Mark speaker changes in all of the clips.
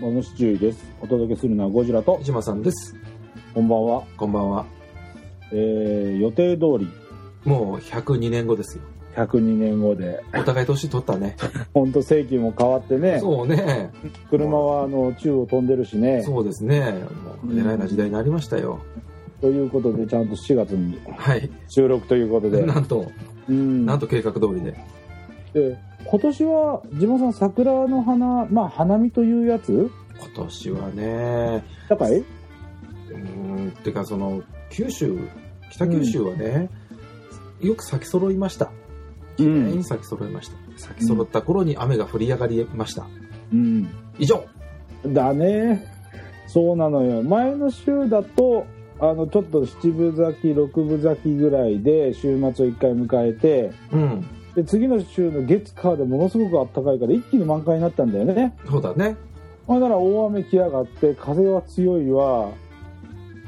Speaker 1: ムシチューです。お届けするのはゴジラと、
Speaker 2: 島さんです。
Speaker 1: こんばんは。
Speaker 2: こんばんは。
Speaker 1: えー、予定通り
Speaker 2: もう102年後ですよ。
Speaker 1: 102年後で、
Speaker 2: お互い年取ったね。
Speaker 1: ほんと世紀も変わってね、
Speaker 2: そうね。
Speaker 1: 車はあの宙を飛んでるしね、
Speaker 2: そうですね。もう、偉いな時代になりましたよ。
Speaker 1: ということで、ちゃんと4月に
Speaker 2: はい。
Speaker 1: 収録ということで、
Speaker 2: なんと、
Speaker 1: うん
Speaker 2: なんと計画通りで。
Speaker 1: で今年は、地元さん、桜の花、まあ、花見というやつ
Speaker 2: 今年はね、
Speaker 1: 高いう
Speaker 2: ーん、てかその、九州、北九州はね、よく咲き揃いました。
Speaker 1: う
Speaker 2: 全員。咲き揃いました。咲き揃った頃に雨が降り上がりました。
Speaker 1: うん。
Speaker 2: 以上
Speaker 1: だねそうなのよ前の週だとあのちょっと七分咲き六分咲きぐらいで週末を一回迎えて
Speaker 2: うん。
Speaker 1: で次の週の月火でものすごくあったかいから一気に満開になったんだよね
Speaker 2: そうだね。
Speaker 1: ほんなら大雨来やがって風は強いわ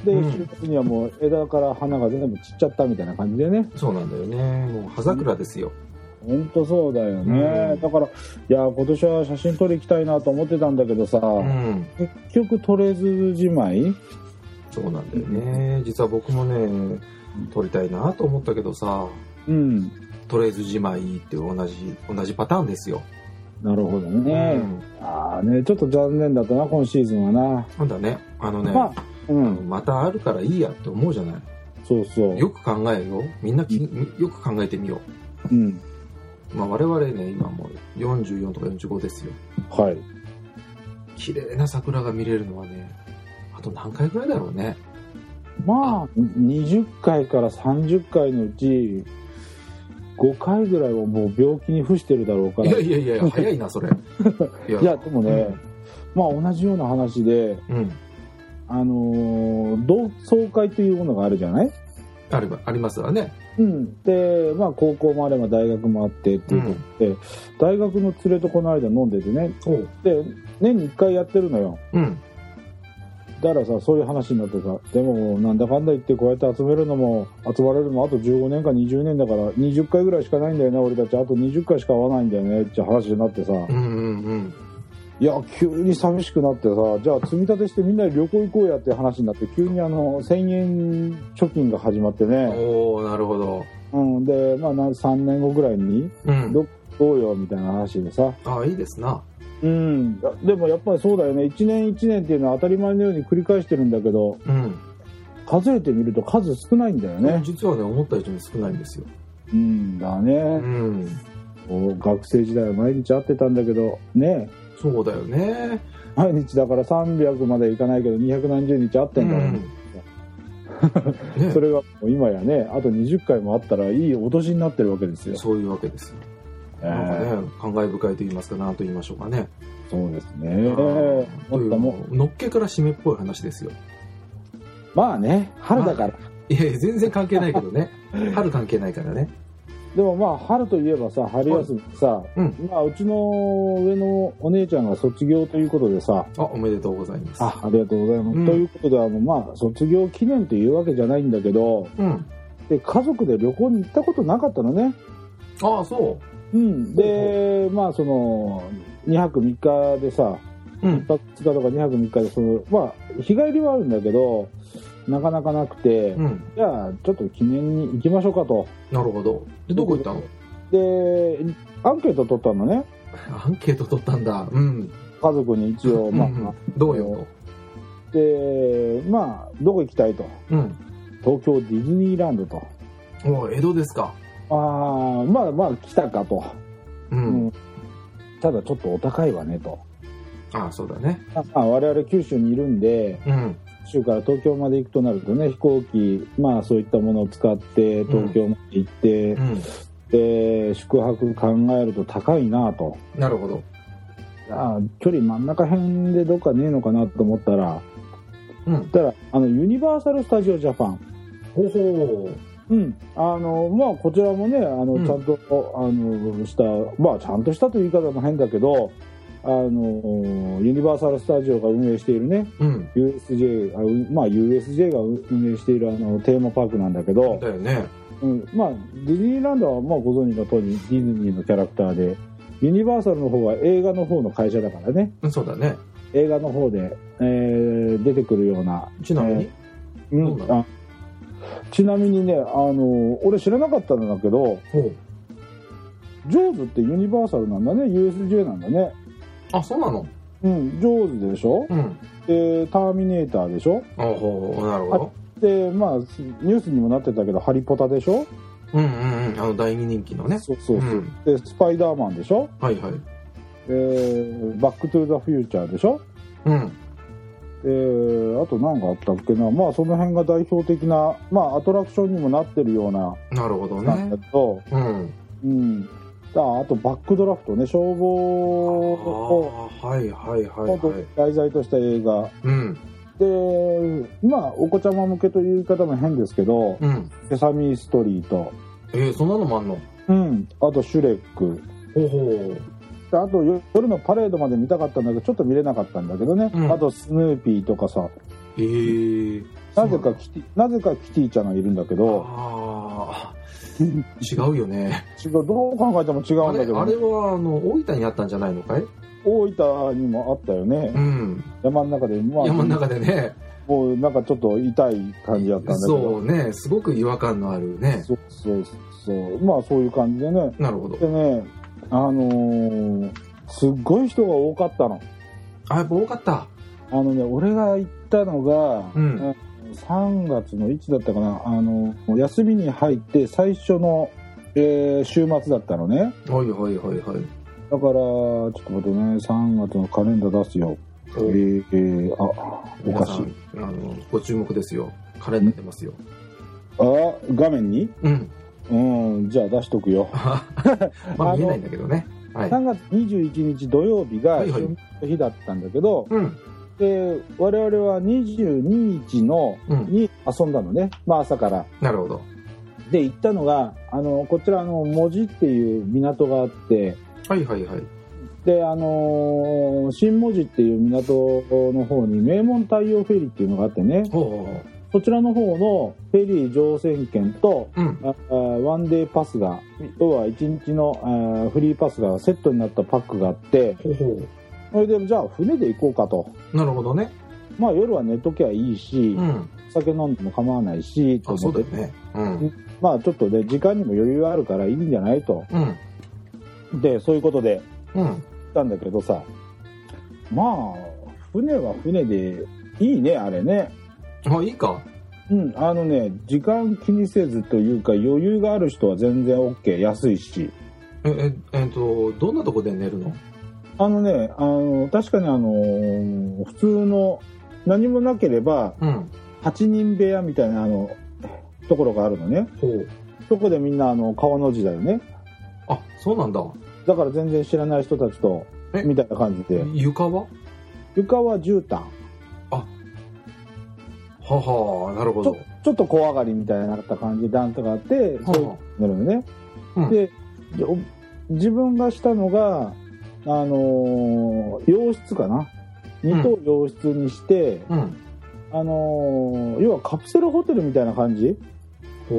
Speaker 1: で
Speaker 2: うん
Speaker 1: 週末にはもう枝から花が全部散っちゃったみたいな感じでね
Speaker 2: そうなんだよね。もう葉桜ですよ。
Speaker 1: ほんとそうだよね、
Speaker 2: うん
Speaker 1: だからいや今年は写真撮り行きたいなと思ってたんだけどさ、
Speaker 2: うん。
Speaker 1: 結局撮れずじまい
Speaker 2: そうなんだよね。実は僕もね、撮りたいなと思ったけどさ、
Speaker 1: うん
Speaker 2: とりあえずじまいっていう同じ、同じパターンですよ。
Speaker 1: なるほど
Speaker 2: う
Speaker 1: ね、
Speaker 2: ん。
Speaker 1: ああね、ちょっと残念だったな、今シーズンはな。
Speaker 2: なんだね、あのね、
Speaker 1: まあ、うん、
Speaker 2: またあるからいいやって思うじゃない。
Speaker 1: そうそう。
Speaker 2: よく考えよう。みんなき、よく考えてみよ
Speaker 1: うん。
Speaker 2: う。まあ我々ね、今もう44とか45ですよ。
Speaker 1: はい。
Speaker 2: 綺麗な桜が見れるのはね、あと何回ぐらいだろうね。
Speaker 1: まあ、20回から30回のうち、5回ぐらいはもう病気に伏してるだろうか
Speaker 2: い
Speaker 1: ら。
Speaker 2: やいやいや、早い な、それ。いや
Speaker 1: いやでもね、まあ同じような話で、
Speaker 2: うん。
Speaker 1: あのー同窓会というものがあるじゃない
Speaker 2: あれば、ありますわね。
Speaker 1: うん。で、まあ高校もあれば大学もあってっていうことで、大学の連れとこの間飲んでてね、
Speaker 2: おう。
Speaker 1: で、年に1回やってるのよ。
Speaker 2: うん。
Speaker 1: だからさそういう話になってさでもなんだかんだ言ってこうやって集めるのも集まれるのもあと15年か20年だから20回ぐらいしかないんだよね俺たちあと20回しか会わないんだよねって話になってさ
Speaker 2: うんうんうん。
Speaker 1: いや急に寂しくなってさじゃあ積み立てしてみんなで旅行行こうやって話になって急にあの1000円貯金が始まってね、
Speaker 2: おおなるほど。
Speaker 1: うん、でまあな3年後ぐらいに
Speaker 2: うん。
Speaker 1: どうよみたいな話でさ
Speaker 2: ああ、いいですな。
Speaker 1: うんでもやっぱりそうだよね1年1年っていうのは当たり前のように繰り返してるんだけど
Speaker 2: うん。
Speaker 1: 数えてみると数少ないんだよね。
Speaker 2: 実はね、思った以上に少ないんですよ。
Speaker 1: うんだ
Speaker 2: う
Speaker 1: ね、
Speaker 2: ん。
Speaker 1: こう学生時代は毎日会ってたんだけどね
Speaker 2: そうだよね。
Speaker 1: 毎日だから300までいかないけど200何十日会ってんだも ん、
Speaker 2: ね、
Speaker 1: そ
Speaker 2: そ
Speaker 1: れがもう今やねあと20回もあったらいいお年になってるわけですよ、
Speaker 2: ういうわけですよ。
Speaker 1: え
Speaker 2: なん
Speaker 1: ー
Speaker 2: かね、感慨深いと言いますか、なんと言いましょうかね。
Speaker 1: そうですね
Speaker 2: え
Speaker 1: も
Speaker 2: とい
Speaker 1: っ
Speaker 2: う
Speaker 1: とも
Speaker 2: もうのっけから締めっぽい話ですよ。
Speaker 1: まあね春だから、
Speaker 2: いやいや、全然関係ないけ どね。春関係ないからね。
Speaker 1: でもまあ春といえばさ春休みさ、
Speaker 2: うん
Speaker 1: まあ、うちの上のお姉ちゃんが卒業ということでさ
Speaker 2: あ、おめでとうございます。
Speaker 1: あありがとうございます、
Speaker 2: うん
Speaker 1: ということであのまあ卒業記念というわけじゃないんだけど
Speaker 2: うん。
Speaker 1: で家族で旅行に行ったことなかったのね
Speaker 2: ああ、そ
Speaker 1: うん、で、まあ、その、2泊3日でさ、
Speaker 2: う。うん。
Speaker 1: 2日とか2泊3日で、その、まあ、日帰りはあるんだけど、なかなかなくて、
Speaker 2: うん。
Speaker 1: じゃあ、ちょっと記念に行きましょうかと。
Speaker 2: なるほど。で、どこ行ったの
Speaker 1: で、アンケート取ったのね。
Speaker 2: アンケート取ったんだ。うん。
Speaker 1: 家族に一応、まあ、
Speaker 2: うんどうよ
Speaker 1: で、まあ、どこ行きたいと。
Speaker 2: と。うん。
Speaker 1: 東京ディズニーランドと。
Speaker 2: お江戸ですか。
Speaker 1: ああ、まあまあ、来たかと。
Speaker 2: う。
Speaker 1: うんんただ、ちょっとお高いわねと。
Speaker 2: ああ、そうだね。
Speaker 1: まあ、我々九州にいるんで、
Speaker 2: うん。
Speaker 1: 九州から東京まで行くとなるとね飛行機まあそういったものを使って東京まで行って、
Speaker 2: うん。
Speaker 1: で宿泊考えると高いなと
Speaker 2: なるほど。
Speaker 1: あ距離真ん中辺でどっかねえのかなと思ったら
Speaker 2: うん。
Speaker 1: たらあのユニバーサル・スタジオ・ジャパン
Speaker 2: ほほう。
Speaker 1: うん、あのまあこちらもねあの
Speaker 2: うん
Speaker 1: ちゃんと、あのしたまあちゃんとしたという言い方も変だけどあのユニバーサル・スタジオが運営しているね
Speaker 2: うん。
Speaker 1: USJ あうまあ USJ が運営しているあのテーマパークなんだけど、
Speaker 2: だよね。
Speaker 1: うん、まあディズニーランドはまあご存知の通りディズニーのキャラクターでユニバーサルの方は映画の方の会社だからね、
Speaker 2: そうだね。
Speaker 1: 映画の方で、えー出てくるような、
Speaker 2: ちなみに、
Speaker 1: う
Speaker 2: どうなの
Speaker 1: あちなみにねあの俺知らなかったんだけど
Speaker 2: ほう
Speaker 1: ジョーズってユニバーサルなんだね USJ なんだね
Speaker 2: あそうなの
Speaker 1: うんジョーズでしょ
Speaker 2: うん
Speaker 1: でターミネーターでしょ
Speaker 2: あほうほうなるほど
Speaker 1: でまあニュースにもなってたけどハリポタでしょ
Speaker 2: うんうんうんあの第二人気のね
Speaker 1: そうそうそう、
Speaker 2: ん、
Speaker 1: でスパイダーマンでしょ
Speaker 2: はいはい
Speaker 1: えーバック・トゥ・ザ・フューチャーでしょ
Speaker 2: うん
Speaker 1: えーあと何かあったっけなまあその辺が代表的な、まあ、アトラクションにもなってるような
Speaker 2: なるほど
Speaker 1: なん
Speaker 2: ね
Speaker 1: だけど、
Speaker 2: うん
Speaker 1: うん、ああとバックドラフトね消
Speaker 2: あ
Speaker 1: 防を
Speaker 2: ーはいはいはいはい
Speaker 1: 題材とした映画
Speaker 2: うん
Speaker 1: でまあお子ちゃま向けという言い方も変ですけど
Speaker 2: うん
Speaker 1: 「セサミストリート
Speaker 2: えー、そんなのもあんの」
Speaker 1: うん、あと「シュレック
Speaker 2: ほうほ」
Speaker 1: であとよ夜のパレードまで見たかったんだけどちょっと見れなかったんだけどね、
Speaker 2: うん
Speaker 1: あとスヌーピーとかさ
Speaker 2: うえー、
Speaker 1: なぜかキティなぜかキティちゃんがいるんだけど
Speaker 2: ああ違う よね
Speaker 1: 違うどう考えても違う
Speaker 2: あ
Speaker 1: ん
Speaker 2: れ
Speaker 1: だけど
Speaker 2: あ
Speaker 1: ね、
Speaker 2: れはあの大分にあったんじゃないのかい
Speaker 1: 大分にもあったよね、
Speaker 2: うん
Speaker 1: 山の中で、まあ、
Speaker 2: 山の中でね
Speaker 1: もうなんかちょっと痛い感じだったんだけど
Speaker 2: そうねすごく違和感のあるね
Speaker 1: そうそうそう。まあそういう感じでね。
Speaker 2: なるほど
Speaker 1: でね、あのーすっごい人が多かったの。
Speaker 2: あやっぱ多かった
Speaker 1: あのね、俺が行ったのが、
Speaker 2: うん
Speaker 1: 3月のいつだったかな、あの、休みに入って最初の、えー週末だったのね。
Speaker 2: はいはいはいはい
Speaker 1: だから、ちょっと待ってね、3月のカレンダー出すよ。えーえーあ、お
Speaker 2: 皆
Speaker 1: か
Speaker 2: さ
Speaker 1: しい。
Speaker 2: んあのご注目ですよカレンダー出ますよ
Speaker 1: あ、画面に
Speaker 2: うん
Speaker 1: うん、じゃあ出しとくよ。
Speaker 2: あまあ見えないんだけどねはい
Speaker 1: 3月21日土曜日が
Speaker 2: はいはい
Speaker 1: 春分の日だったんだけど、
Speaker 2: うん
Speaker 1: で我々は22日の
Speaker 2: うん
Speaker 1: に遊んだのね、まあ、朝から
Speaker 2: なるほど
Speaker 1: で行ったのがあのこちらあの門司っていう港があって
Speaker 2: はいはいはい
Speaker 1: であのー新門司っていう港の方に名門太陽フェリーっていうのがあってね
Speaker 2: ほうほ
Speaker 1: そちらの方のフェリー乗船券と
Speaker 2: ううん
Speaker 1: ああワンデーパスが要は1日のあフリーパスがセットになったパックがあって
Speaker 2: ほうほ
Speaker 1: それでじゃあ船で行こうかと。
Speaker 2: うなるほどね
Speaker 1: まあ夜は寝ときゃいいし、
Speaker 2: うん
Speaker 1: お酒飲んでも構わないし、と
Speaker 2: あそ
Speaker 1: 思
Speaker 2: う
Speaker 1: っ
Speaker 2: だ
Speaker 1: て
Speaker 2: よねうん
Speaker 1: まあちょっとね、時間にも余裕あるからいいんじゃないと。
Speaker 2: うん
Speaker 1: で、そういうことで
Speaker 2: うん
Speaker 1: 行ったんだけどさ、まあ、船は船でいいね、あれね。
Speaker 2: あいいか
Speaker 1: うん、あのね、時間気にせずというか余裕がある人は全然 OK、安いし。
Speaker 2: えええっとどんなとこで寝るの
Speaker 1: あのね、あの、確かにあのー普通の何もなければ
Speaker 2: うん
Speaker 1: 8人部屋みたいなあの、ところがあるのね。
Speaker 2: ほう
Speaker 1: そこでみんなあの、川の字だよね。
Speaker 2: あそうなんだ
Speaker 1: だから全然知らない人たちと
Speaker 2: え
Speaker 1: みたいな感じで
Speaker 2: 床は
Speaker 1: 床は絨毯
Speaker 2: ははなるほどは
Speaker 1: ちょっと小上がりみたいな感じで段差があってそういう
Speaker 2: は
Speaker 1: のるのね、
Speaker 2: うん
Speaker 1: でじゃお自分がしたのがあのー洋室かな2棟洋室にして、
Speaker 2: うん
Speaker 1: あのー要はカプセルホテルみたいな感じ、そう
Speaker 2: ほ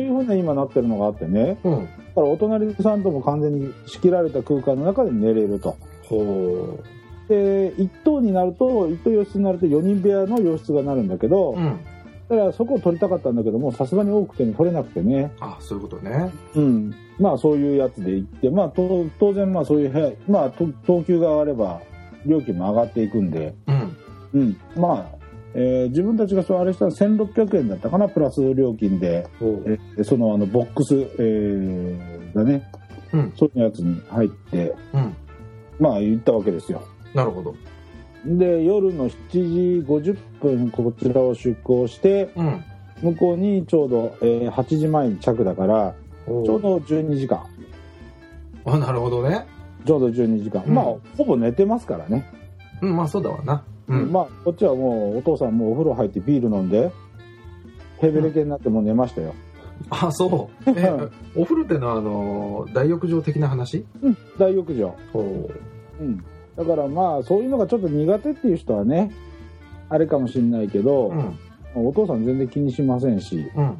Speaker 1: いうふうな今なってるのがあってね
Speaker 2: ううん
Speaker 1: だからお隣さんとも完全に仕切られた空間の中で寝れると
Speaker 2: ほ
Speaker 1: で1棟になると1棟洋室になると4人部屋の洋室がなるんだけど、
Speaker 2: ううん
Speaker 1: だからそこを取りたかったんだけどもさすがに多くて取れなくてね、
Speaker 2: あそういうことね
Speaker 1: うん、まあそういうやつで行って、まあ、と当然まあそういう部屋、まあ、と等級が上がれば料金も上がっていくんで、
Speaker 2: うん
Speaker 1: うん、まあ、えー自分たちがそうあれしたら1600円だったかなプラス料金で
Speaker 2: ほう
Speaker 1: えそのあのボックス、えーだね
Speaker 2: うん
Speaker 1: そういうやつに入って
Speaker 2: うん
Speaker 1: まあ行ったわけですよ。
Speaker 2: なるほど
Speaker 1: で夜の7時50分こちらを出港して
Speaker 2: うん
Speaker 1: 向こうにちょうど、えー8時前に着だから
Speaker 2: ほう
Speaker 1: ちょうど12時間
Speaker 2: あなるほどね
Speaker 1: ちょうど12時間、
Speaker 2: うん
Speaker 1: まあほぼ寝てますからね、
Speaker 2: うんまあそうだわなうん
Speaker 1: まあこっちはもうお父さんもうお風呂入ってビール飲んでヘベレケになってもう寝ましたよ、
Speaker 2: あそうえお風呂ってのはあの大浴場的な話
Speaker 1: うん、大浴場、
Speaker 2: ほう
Speaker 1: うん、だからまあそういうのがちょっと苦手っていう人はねあれかもしんないけど
Speaker 2: う、ん
Speaker 1: お父さん全然気にしませんし
Speaker 2: うん
Speaker 1: も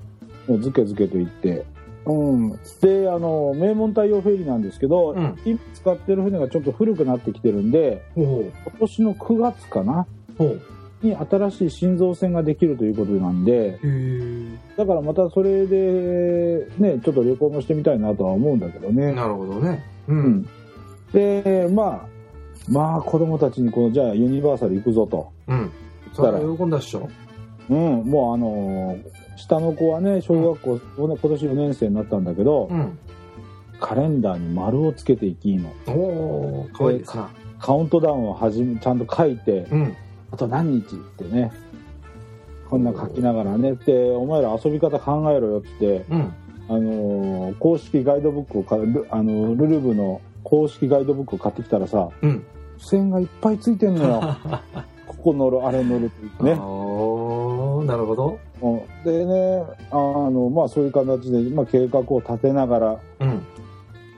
Speaker 1: うズケズケと言ってうん、であの名門太陽フェリーなんですけど、
Speaker 2: うん
Speaker 1: 今使ってる船がちょっと古くなってきてるんで
Speaker 2: ほう
Speaker 1: 今年の9月かな
Speaker 2: ほう
Speaker 1: に新しい新造船ができるということなんで
Speaker 2: へー
Speaker 1: だからまたそれでねちょっと旅行もしてみたいなとは思うんだけどね。
Speaker 2: なるほどねう
Speaker 1: うんん、でまあまあ子供たちにこのじゃあユニバーサル行くぞと、
Speaker 2: うんそれは喜んだっしょ
Speaker 1: うん、もうあのー下の子はね小学校、今年4年生になったんだけど、
Speaker 2: うん
Speaker 1: カレンダーに丸をつけていきの
Speaker 2: おおかわいいですな
Speaker 1: カウントダウンをはじめちゃんと書いて
Speaker 2: うん
Speaker 1: あと何日ってねこんな書きながらねでお前ら遊び方考えろよっつって、
Speaker 2: うん
Speaker 1: あのー公式ガイドブックをかルあのールルブの公式ガイドブックを買ってきたらさ
Speaker 2: うん
Speaker 1: 付箋がいっぱいついてんの よここ乗るあれ乗るってね
Speaker 2: おおなるほど
Speaker 1: うんでねあの、まあ、そういう形で、まあ、計画を立てながら
Speaker 2: うん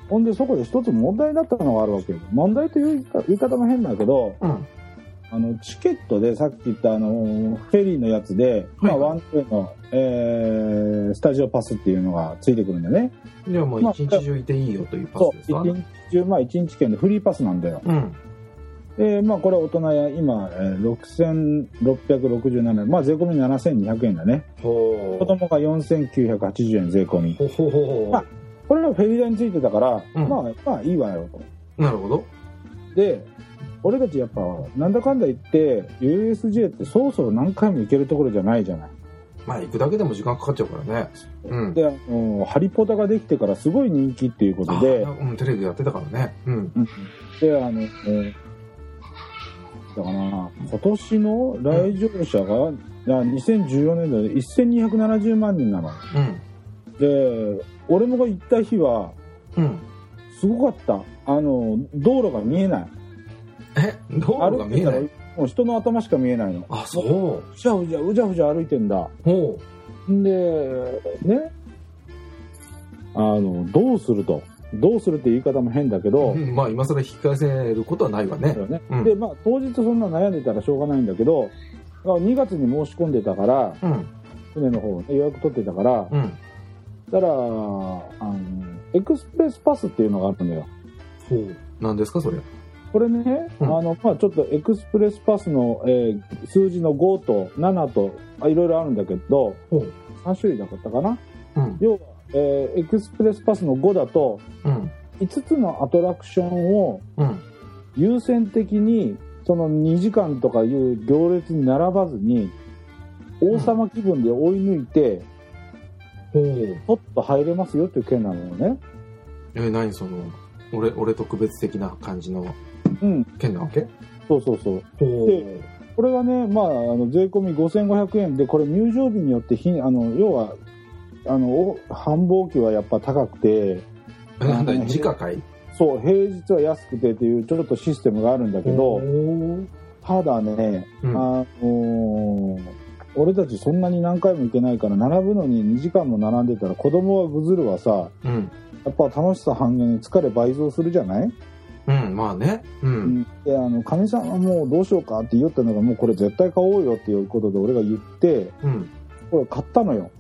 Speaker 1: ほんでそこで一つ問題だったのがあるわけよ問題という言い言い方も変だけど
Speaker 2: うん
Speaker 1: あのチケットでさっき言ったあのフェリーのやつで、まあ、
Speaker 2: はいはい
Speaker 1: ワンデーの、えースタジオパスっていうのがついてくるんだよね
Speaker 2: じゃあもう
Speaker 1: まあ
Speaker 2: 一日中いていいよというパ
Speaker 1: そ
Speaker 2: ス
Speaker 1: う
Speaker 2: です
Speaker 1: 一
Speaker 2: か
Speaker 1: 日中まあ一日券でフリーパスなんだよ
Speaker 2: うん
Speaker 1: でまあこれは大人や今、えー、6667円まあ税込み7200円だね
Speaker 2: ほ
Speaker 1: 子
Speaker 2: う
Speaker 1: 供が4980円税込み
Speaker 2: ほほほほ
Speaker 1: あこれはフェリー代についてたから、
Speaker 2: うん
Speaker 1: まあまあいいわよと
Speaker 2: なるほど
Speaker 1: で俺たちやっぱなんだかんだ言って USJ ってそうそう何回も行けるところじゃないじゃない
Speaker 2: まあ行くだけでも時間かかっちゃうからねうん
Speaker 1: であのハリポタができてからすごい人気っていうことで
Speaker 2: あうんテレビでやってたからねうん
Speaker 1: うんであの、えーだからな今年の来場者が、あ2014年度で1270万人なの
Speaker 2: うん
Speaker 1: で俺もが行った日は
Speaker 2: うん
Speaker 1: すごかったあの道路が見えない
Speaker 2: え道路が見えな
Speaker 1: 歩い
Speaker 2: い
Speaker 1: てたらもう人の頭しか見えないの
Speaker 2: あそう
Speaker 1: うじゃうじゃうじゃうじゃ歩いてんだ
Speaker 2: ほ
Speaker 1: んでねあのどうするとどうするって言い方も変だけ
Speaker 2: う
Speaker 1: ど、
Speaker 2: うんまあ今更引き返せることはないわね
Speaker 1: ね
Speaker 2: うん
Speaker 1: でまあ当日そんな悩んでたらしょうがないんだけどだから2月に申し込んでたから
Speaker 2: うん
Speaker 1: 船の方ね予約取ってたから
Speaker 2: うん
Speaker 1: だからあのエクスプレスパスっていうのがあるんだよ
Speaker 2: ほうなんですかそれ
Speaker 1: これね、
Speaker 2: うん
Speaker 1: あのまあ、ちょっとエクスプレスパスの、えー数字の5と7とあいろいろあるんだけど
Speaker 2: ほう
Speaker 1: 3種類だったかな
Speaker 2: うん
Speaker 1: 要は、えーエクスプレスパスの5だと
Speaker 2: うん
Speaker 1: 5つのアトラクションを
Speaker 2: うん
Speaker 1: 優先的にその2時間とかいう行列に並ばずに王様気分で追い抜いて、
Speaker 2: ほう
Speaker 1: ポッと入れますよっていう件なのよね。
Speaker 2: え何その俺俺特別的な感じの
Speaker 1: うん、
Speaker 2: 件なわけ
Speaker 1: そうそうそう。
Speaker 2: ほ
Speaker 1: でこれがね、まあ、あの税込み5500円で、これ入場日によってひあの、要は、あの、お繁忙期はやっぱ高くて、
Speaker 2: えなんだ
Speaker 1: あの
Speaker 2: 自家会
Speaker 1: そう、平日は安くてっていうちょっとシステムがあるんだけ
Speaker 2: ほ
Speaker 1: ど、
Speaker 2: う
Speaker 1: ただね、
Speaker 2: うん
Speaker 1: あのー俺たちそんなに何回も行けないから並ぶのに2時間も並んでたら子供はぐずるわさ
Speaker 2: うん
Speaker 1: やっぱ楽しさ半減に疲れ倍増するじゃない、
Speaker 2: うんまあねうん
Speaker 1: であのかみさんはもうどうしようかって言ったのがもうこれ絶対買おうよっていうことで俺が言って
Speaker 2: うん
Speaker 1: これ買ったのよ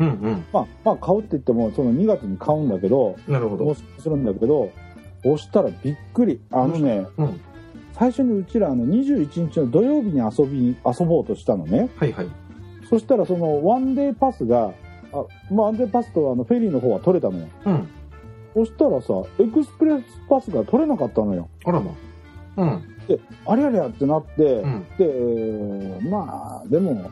Speaker 2: うんうん
Speaker 1: まあまあ買うって言ってもその2月に買うんだけど
Speaker 2: なるほ
Speaker 1: 申
Speaker 2: ど
Speaker 1: し込みするんだけど押したらびっくりあのね、
Speaker 2: うん
Speaker 1: 最初にうちらあの21日の土曜日に遊びに遊ぼうとしたのね
Speaker 2: はいはい
Speaker 1: そしたらそのワンデーパスが、あまあ、ワンデーパスとあのフェリーの方は取れたのよ。
Speaker 2: うん
Speaker 1: そしたらさ、エクスプレスパスが取れなかったのよ。
Speaker 2: あらまうん
Speaker 1: あれあれやってなって、
Speaker 2: うん
Speaker 1: で、えーまあ、でも、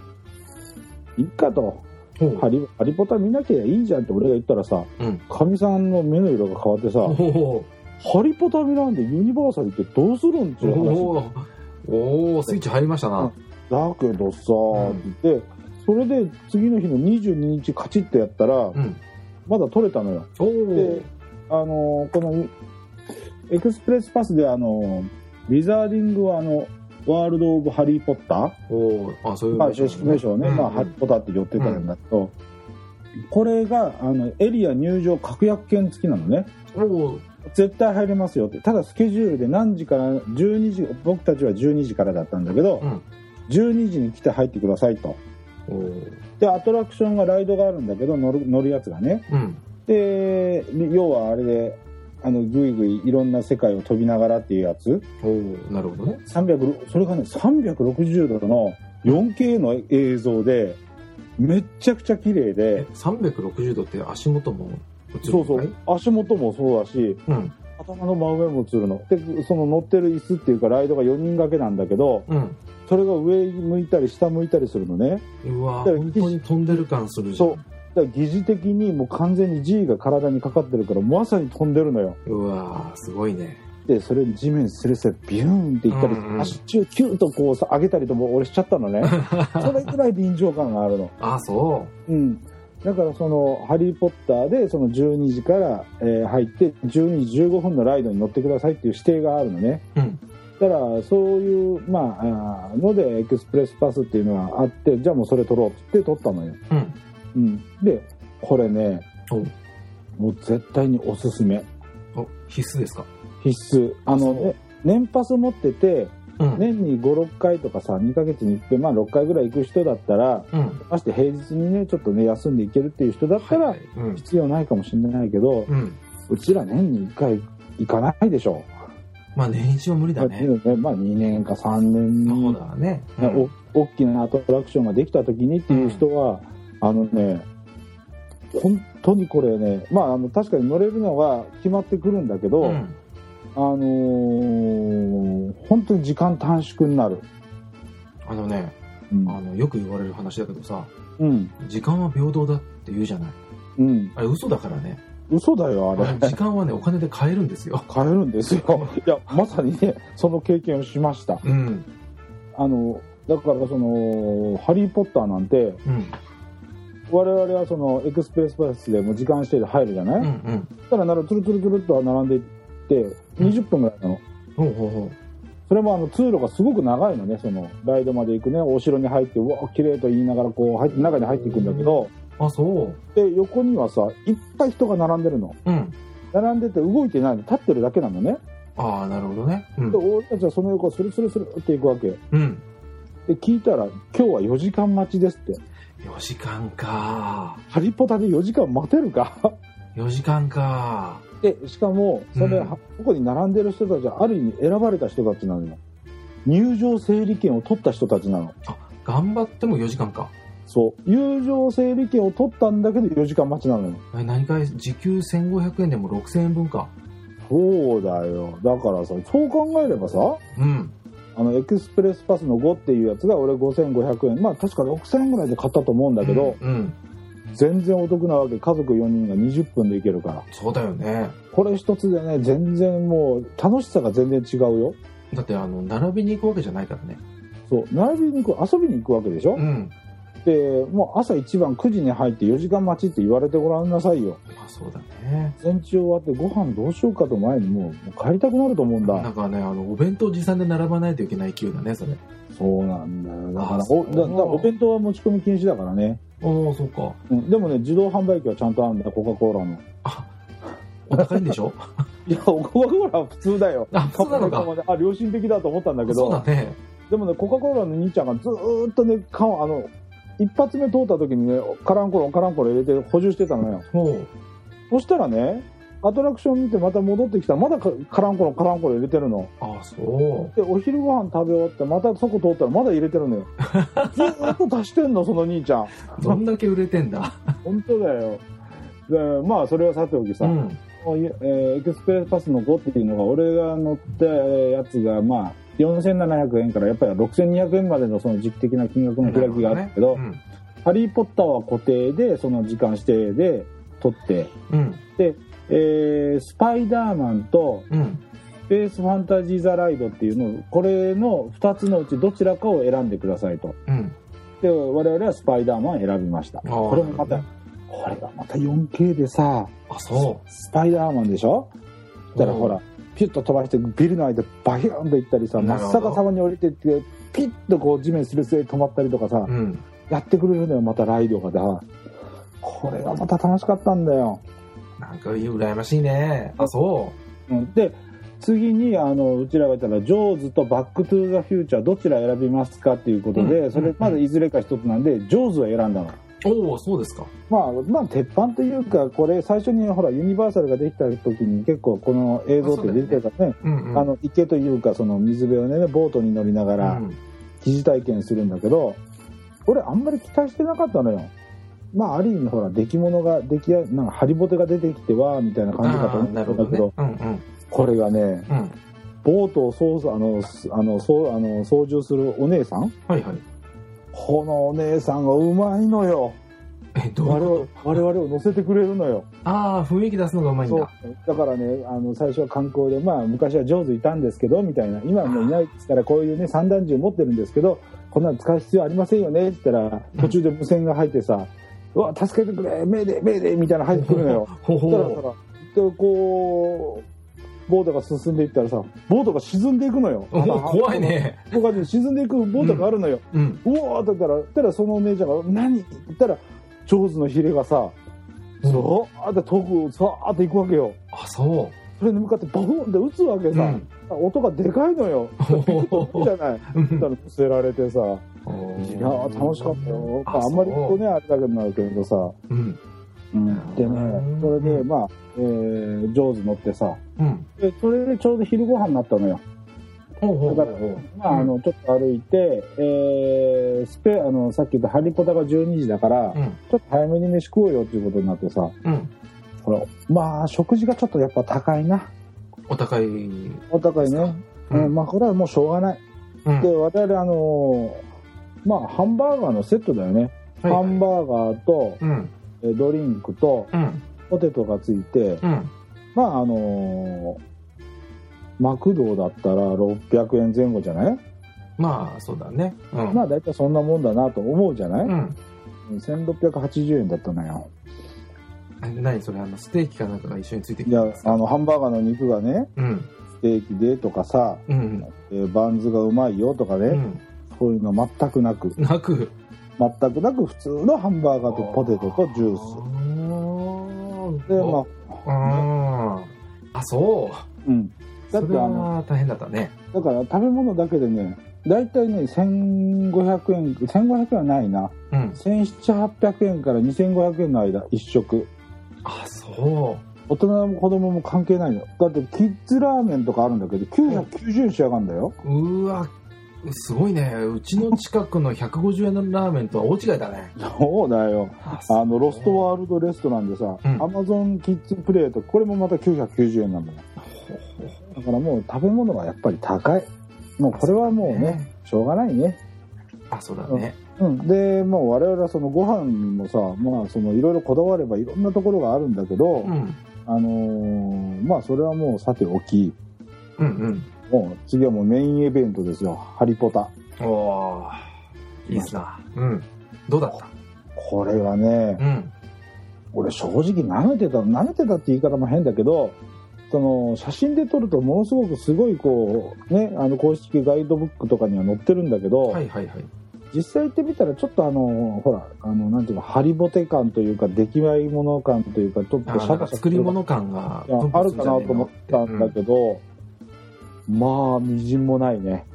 Speaker 1: いっかと、
Speaker 2: ほう
Speaker 1: ハリハリポタ見なきゃいいじゃんって俺が言ったらさ
Speaker 2: うん、
Speaker 1: か、み、さんの目の色が変わってさ、
Speaker 2: ほうほう
Speaker 1: ハリポタ見なんでユニバーサルってどうするんっていう話。
Speaker 2: おーおースイッチ入りましたな。
Speaker 1: だけどさ、
Speaker 2: うん
Speaker 1: って言って、それで次の日の22日カチッとやったら、
Speaker 2: うん。
Speaker 1: まだ取れたのよ。
Speaker 2: おお
Speaker 1: で。あのこのエクスプレスパスであのウィザーディングはあのワールド・オブ・ハリー・ポッタ
Speaker 2: おお。あ、そうい
Speaker 1: ー、
Speaker 2: う
Speaker 1: まあ、正式名称ね、まあ、
Speaker 2: うん
Speaker 1: ハリー・ポッターって寄ってたんだけど、これがあのエリア入場確約券付きなのね
Speaker 2: おお。
Speaker 1: 絶対入れますよってただスケジュールで何時から12時僕たちは12時からだったんだけど、
Speaker 2: うん
Speaker 1: 12時に来て入ってくださいと
Speaker 2: おおー
Speaker 1: でアトラクションがライドがあるんだけど乗る乗るやつがね
Speaker 2: うん。
Speaker 1: で要はあれであのぐいぐいいろんな世界を飛びながらっていうやつ
Speaker 2: おーなるほどね。
Speaker 1: 300それがね360度の 4K の映像でめっちゃくちゃ綺麗
Speaker 2: え
Speaker 1: で、
Speaker 2: 360度って足元も映る
Speaker 1: そうそ
Speaker 2: のかいう
Speaker 1: 足元もそうだし
Speaker 2: うん。
Speaker 1: 頭の真上も映るのでその乗ってる椅子っていうかライドが4人掛けなんだけど
Speaker 2: うん。
Speaker 1: それが上向いたり下向いたりするのね
Speaker 2: うわ
Speaker 1: だから
Speaker 2: 本当に飛んでる感するじゃん。
Speaker 1: そうだから疑似的にもう完全に G が体にかかってるからまさに飛んでるのよ
Speaker 2: うわーすごいね。
Speaker 1: でそれに地面すれすれビューンっていったり、
Speaker 2: うんうん
Speaker 1: 足中キューッとこうさ上げたりとも俺しちゃったの ねそれぐらい臨場感があるの
Speaker 2: あ、そ
Speaker 1: うん、だからその「ハリー・ポッター」でその12時から、えー入って12時15分のライドに乗ってくださいっていう指定があるのね
Speaker 2: う。うん。
Speaker 1: だからそういう、まあ、あーのでエクスプレスパスっていうのがあってじゃあもうそれ取ろうって言って取ったのよ、
Speaker 2: うん。
Speaker 1: うん、でこれね
Speaker 2: お
Speaker 1: もう絶対におすすめ
Speaker 2: お必須ですか。
Speaker 1: 必須あの、
Speaker 2: そう
Speaker 1: ね、年パス持ってて
Speaker 2: うん。。
Speaker 1: 年に56回とかさ2ヶ月に一回まあ6回ぐらい行く人だったら
Speaker 2: うん。
Speaker 1: まして平日にねちょっとね休んでいけるっていう人だったら、
Speaker 2: はいはいうん。
Speaker 1: 必要ないかもしれないけど、
Speaker 2: うん。
Speaker 1: うちら年に1回行かないでしょ。
Speaker 2: まあ年一は無理だね。
Speaker 1: まあ2年か3年に、
Speaker 2: そうだね。
Speaker 1: お大きなアトラクションができた時にっていう人は、あのね、本当にこれね、まああの確かに乗れるのは決まってくるんだけど、
Speaker 2: う
Speaker 1: あ
Speaker 2: ん。
Speaker 1: のー本当に時間短縮になる。
Speaker 2: あのね、
Speaker 1: うん
Speaker 2: あの、よく言われる話だけどさ、
Speaker 1: うん、
Speaker 2: 時間は平等だって言うじゃない。
Speaker 1: うん、
Speaker 2: あれ嘘だからね。
Speaker 1: 嘘だよ、あれ。
Speaker 2: 時間はね、お金で買えるんですよ。
Speaker 1: 買えるんですよ。 いや、まさにね、その経験をしました。
Speaker 2: うん。
Speaker 1: あの、だからその、ハリー・ポッターなんて、
Speaker 2: うん。
Speaker 1: 我々はそのエクスプレスパスでもう時間指定で入るじゃない、
Speaker 2: うん。う
Speaker 1: そ
Speaker 2: ん。
Speaker 1: したらならつるつるつるっと並んでいって20分ぐらいなの、
Speaker 2: ほうほうほ
Speaker 1: それもあの通路がすごく長いのねそのライドまで行くねお城に入ってうわ綺麗と言いながらこう入って中に入っていくんだけど、
Speaker 2: う。あ、そう。
Speaker 1: で横にはさいっぱい人が並んでるの
Speaker 2: うん。
Speaker 1: 並んでて動いてないの立ってるだけなのね
Speaker 2: ああ、なるほどね。うん
Speaker 1: で。俺たちはその横をスルスルスルって行くわけ
Speaker 2: うん。
Speaker 1: で聞いたら「今日は4時間待ちです」って
Speaker 2: 4時間か
Speaker 1: 「ハリポタで4時間待てるか? 」
Speaker 2: 4時間か
Speaker 1: でしかもそれ、
Speaker 2: うん
Speaker 1: はここに並んでる人たちはある意味選ばれた人たちなのよ入場整理券を取った人たちなの
Speaker 2: 頑張っても4時間か。
Speaker 1: そう入場整理券を取ったんだけど4時間待ちなのよ
Speaker 2: え何回時給1500円でも6000円分か。
Speaker 1: そうだよだからさそう考えればさ
Speaker 2: うん。
Speaker 1: あのエクスプレスパスの5っていうやつが俺5500円まあ確か6000円ぐらいで買ったと思うんだけど、
Speaker 2: うん。うん
Speaker 1: 全然お得なわけ家族4人が20分で行けるから
Speaker 2: そうだよね。
Speaker 1: これ一つでね全然もう楽しさが全然違うよ
Speaker 2: だって、あの、並びに行くわけじゃないからね。
Speaker 1: そう並びに行く遊びに行くわけでしょ、
Speaker 2: うん。
Speaker 1: でもう朝一番9時に入って4時間待ちって言われてごらんなさいよ
Speaker 2: まあ、そうだね。
Speaker 1: 午前中終わってご飯どうしようかと前にもうもう帰りたくなると思うん
Speaker 2: な
Speaker 1: だ
Speaker 2: んかね、あの、お弁当持参で並ばないといけない勢いだね、それ。
Speaker 1: そうなんだよだから
Speaker 2: あそ
Speaker 1: お
Speaker 2: う
Speaker 1: だだからお弁当は持ち込み禁止だからね、
Speaker 2: おー、そうか。
Speaker 1: うん、でもね自動販売機はちゃんとあるんだコカ・コーラの
Speaker 2: あ、お高いんで しょ
Speaker 1: いやコカ・コーラは普通だよ
Speaker 2: あ、そうなのか。
Speaker 1: あ良心的だと思ったんだけ
Speaker 2: そうだ
Speaker 1: ど
Speaker 2: ね。
Speaker 1: でもねコカ・コーラの兄ちゃんがずーっとね缶あの一発目通った時にねカランコロンカランコロン入れて補充してたのよ
Speaker 2: ほう。
Speaker 1: そしたらね、アトラクション見てまた戻ってきたら、まだかカランコロンカランコロン入れてるの。
Speaker 2: あ、そう。
Speaker 1: で、お昼ご飯食べ終わって、またそこ通ったらまだ入れてるの よ。ずーっと足してんの、その兄ちゃん。
Speaker 2: どんだけ売れてんだ。
Speaker 1: 本当だよ。でまあ、それはさてお きさ、
Speaker 2: うん。
Speaker 1: こういうえーエクスプレスパスの5っていうのが、俺が乗ったやつが、まあ、4700円からやっぱり6200円までのその時期的な金額の開きがあったけど、
Speaker 2: なるほね
Speaker 1: ハリー・ポッターは固定で、その時間指定で取って、
Speaker 2: うん。
Speaker 1: えースパイダーマンと
Speaker 2: うん。うん。
Speaker 1: スペースファンタジー・ザ・ライドっていうのをこれの2つのうちどちらかを選んでくださいと
Speaker 2: うん。
Speaker 1: で我々はスパイダーマンを選びました
Speaker 2: あー
Speaker 1: これもまた
Speaker 2: なる
Speaker 1: これがまた 4K でさ
Speaker 2: あ、そ
Speaker 1: スパイダーマンでしょ
Speaker 2: う。
Speaker 1: だからほらピュッと飛ばしてビルの間バヒューンと行ったりさ
Speaker 2: な
Speaker 1: 真
Speaker 2: るほ
Speaker 1: っ
Speaker 2: ど
Speaker 1: 逆さまに降りてってピッとこう地面すれすれ止まったりとかさ、
Speaker 2: うん。
Speaker 1: やってくれるのよまたライドがさこれがまた楽しかったんだよ
Speaker 2: なんか、羨ましいね。あ、そ
Speaker 1: うん、で次にあのうちらが言ったら「ジョーズ」と「バック・トゥ・ザ・フューチャー」どちら選びますかっていうことで、
Speaker 2: うん
Speaker 1: それまずいずれか一つなんで「ジョーズ」を選んだの。
Speaker 2: おおそうですか
Speaker 1: まあ、まあ鉄板というかこれ最初にほらユニバーサルができた時に結構この映像って出てたね
Speaker 2: うんう
Speaker 1: あの池というかその水辺をねボートに乗りながら
Speaker 2: うん
Speaker 1: 疑似体験するんだけど俺あんまり期待してなかったのよまあある意味ほら出来物が出来やなんかハリボテが出てきてわーみたいな感じかと思
Speaker 2: あー
Speaker 1: った
Speaker 2: なん
Speaker 1: だ
Speaker 2: る
Speaker 1: けど
Speaker 2: ほどねうんうん
Speaker 1: これがね
Speaker 2: うん
Speaker 1: ボートを操作あのすあのそうあの操縦するお姉さん
Speaker 2: はいはい
Speaker 1: このお姉さんがうまいのよ
Speaker 2: えどうい
Speaker 1: 我
Speaker 2: うこ
Speaker 1: 々我々を乗せてくれるのよ
Speaker 2: とああ雰囲気出すのがうまいん
Speaker 1: そう
Speaker 2: だ
Speaker 1: だからねあの最初は観光で、まあ、昔は上手いたんですけどみたいな今はもういないですからこういうね散弾銃持ってるんですけどこんなの使う必要ありませんよねって言ったら途中で無線が入ってさ「うわ助けてくれ命令命令」みたいなの入ってくる のよ。そ
Speaker 2: ほほ
Speaker 1: したらさ
Speaker 2: ほ
Speaker 1: でこうボートが進んでいったらさボートが沈んでいくのよ。
Speaker 2: おー怖いね
Speaker 1: 僕はね沈んでいくボートがあるのよ。
Speaker 2: うん
Speaker 1: うおーって言ったら、ったらそのお姉ちゃんが、何って言ったら、上手のヒレがさ、
Speaker 2: うん
Speaker 1: ずーって遠く、さーって行くわけよ。
Speaker 2: あそ
Speaker 1: それに向かってバフンって撃つわけ
Speaker 2: う
Speaker 1: さ、
Speaker 2: うん
Speaker 1: 音がでかいのよ。
Speaker 2: ほほほ
Speaker 1: いい
Speaker 2: ほ
Speaker 1: じゃない。
Speaker 2: うん
Speaker 1: だから乗せられて さ、い
Speaker 2: い
Speaker 1: やー楽しかったよ。まあ、あんまりこうね、
Speaker 2: ね。
Speaker 1: あれだけになるけれどさ。
Speaker 2: うん。
Speaker 1: うん、で
Speaker 2: う
Speaker 1: ね
Speaker 2: ん、
Speaker 1: それで、まあ、えー、上手乗ってさ、
Speaker 2: うん。
Speaker 1: でそれでちょうど昼ご飯になったのよ。
Speaker 2: ほうほうほ
Speaker 1: だ
Speaker 2: う
Speaker 1: から
Speaker 2: ほう。、
Speaker 1: まあ、あの、ちょっと歩いて、えー、スペ、あの、さっき言ったハリポタが12時だから、
Speaker 2: うん。
Speaker 1: ちょっと早めに飯食おうよっていうことになってさ、
Speaker 2: うん。
Speaker 1: これ、まあ、食事がちょっとやっぱ高いな。
Speaker 2: お互い。
Speaker 1: お高いね。
Speaker 2: う
Speaker 1: うん、
Speaker 2: ん。
Speaker 1: まあ、これはもうしょうがない。
Speaker 2: うん
Speaker 1: で、我々、あのーまあ、ハンバーガーのセットだよね。
Speaker 2: はい
Speaker 1: ハンバーガーと、
Speaker 2: うん。
Speaker 1: えードリンクと、
Speaker 2: うん。
Speaker 1: ポテトがついて、
Speaker 2: うん。
Speaker 1: まあ、あのーマクドだったら600円前後じゃない
Speaker 2: まあ、そうだね。うん。
Speaker 1: まあ、大体そんなもんだなと思うじゃない、
Speaker 2: うん。
Speaker 1: 1680円だったのよ
Speaker 2: え何それ、あの、ステーキかなんかが一緒について
Speaker 1: い
Speaker 2: きた
Speaker 1: や
Speaker 2: んですか
Speaker 1: あのハンバーガーの肉がね
Speaker 2: うん。
Speaker 1: ステーキでとかさ、
Speaker 2: うん。
Speaker 1: えーバンズがうまいよとかね、
Speaker 2: うん。
Speaker 1: そういうの全くなく
Speaker 2: なく。
Speaker 1: 全くなく普通のハンバーガーとポテトとジュース
Speaker 2: ー
Speaker 1: でまあ
Speaker 2: あー。あ、そう。
Speaker 1: うんだ
Speaker 2: そ
Speaker 1: っ
Speaker 2: れ
Speaker 1: てあの
Speaker 2: は大変だったね。
Speaker 1: だから食べ物だけでね大体ね1500円1500円はないな
Speaker 2: うん。
Speaker 1: 1700800円から2500円の間一食
Speaker 2: あ、そ
Speaker 1: 大人も子供も関係ないのだってキッズラーメンとかあるんだけど990円しやがんだよ
Speaker 2: う。うわ。すごいね。うちの近くの150円のラーメンとは大違いだね。
Speaker 1: そうだよあのロストワールドレストランでさ、
Speaker 2: うん
Speaker 1: アマゾンキッズプレートこれもまた990円なんだよ
Speaker 2: ほほ
Speaker 1: だからもう食べ物がやっぱり高いもうこれはもうねしょうがないね
Speaker 2: あそうだね
Speaker 1: うんでもう我々はそのご飯もさまあそのいろいろこだわればいろんなところがあるんだけど、
Speaker 2: うん
Speaker 1: あのーまあそれはもうさておき
Speaker 2: うん
Speaker 1: もう次はもうメインイベントですよ「ハリポタ
Speaker 2: うんおーいいっすなうんどうだった」
Speaker 1: これがね
Speaker 2: うん
Speaker 1: 俺正直舐めてた舐めてたって言い方も変だけどその写真で撮るとものすごくすごいこうねあの公式ガイドブックとかには載ってるんだけど、
Speaker 2: はいはいはい
Speaker 1: 実際行ってみたらちょっとあのほらあのなんていうのハリボテ感というか出来栄え物感というかちょっ
Speaker 2: あ
Speaker 1: と
Speaker 2: ーなんか作り物感が
Speaker 1: いやあるかなと思ったんだ
Speaker 2: ど
Speaker 1: けど、まあみじんもないね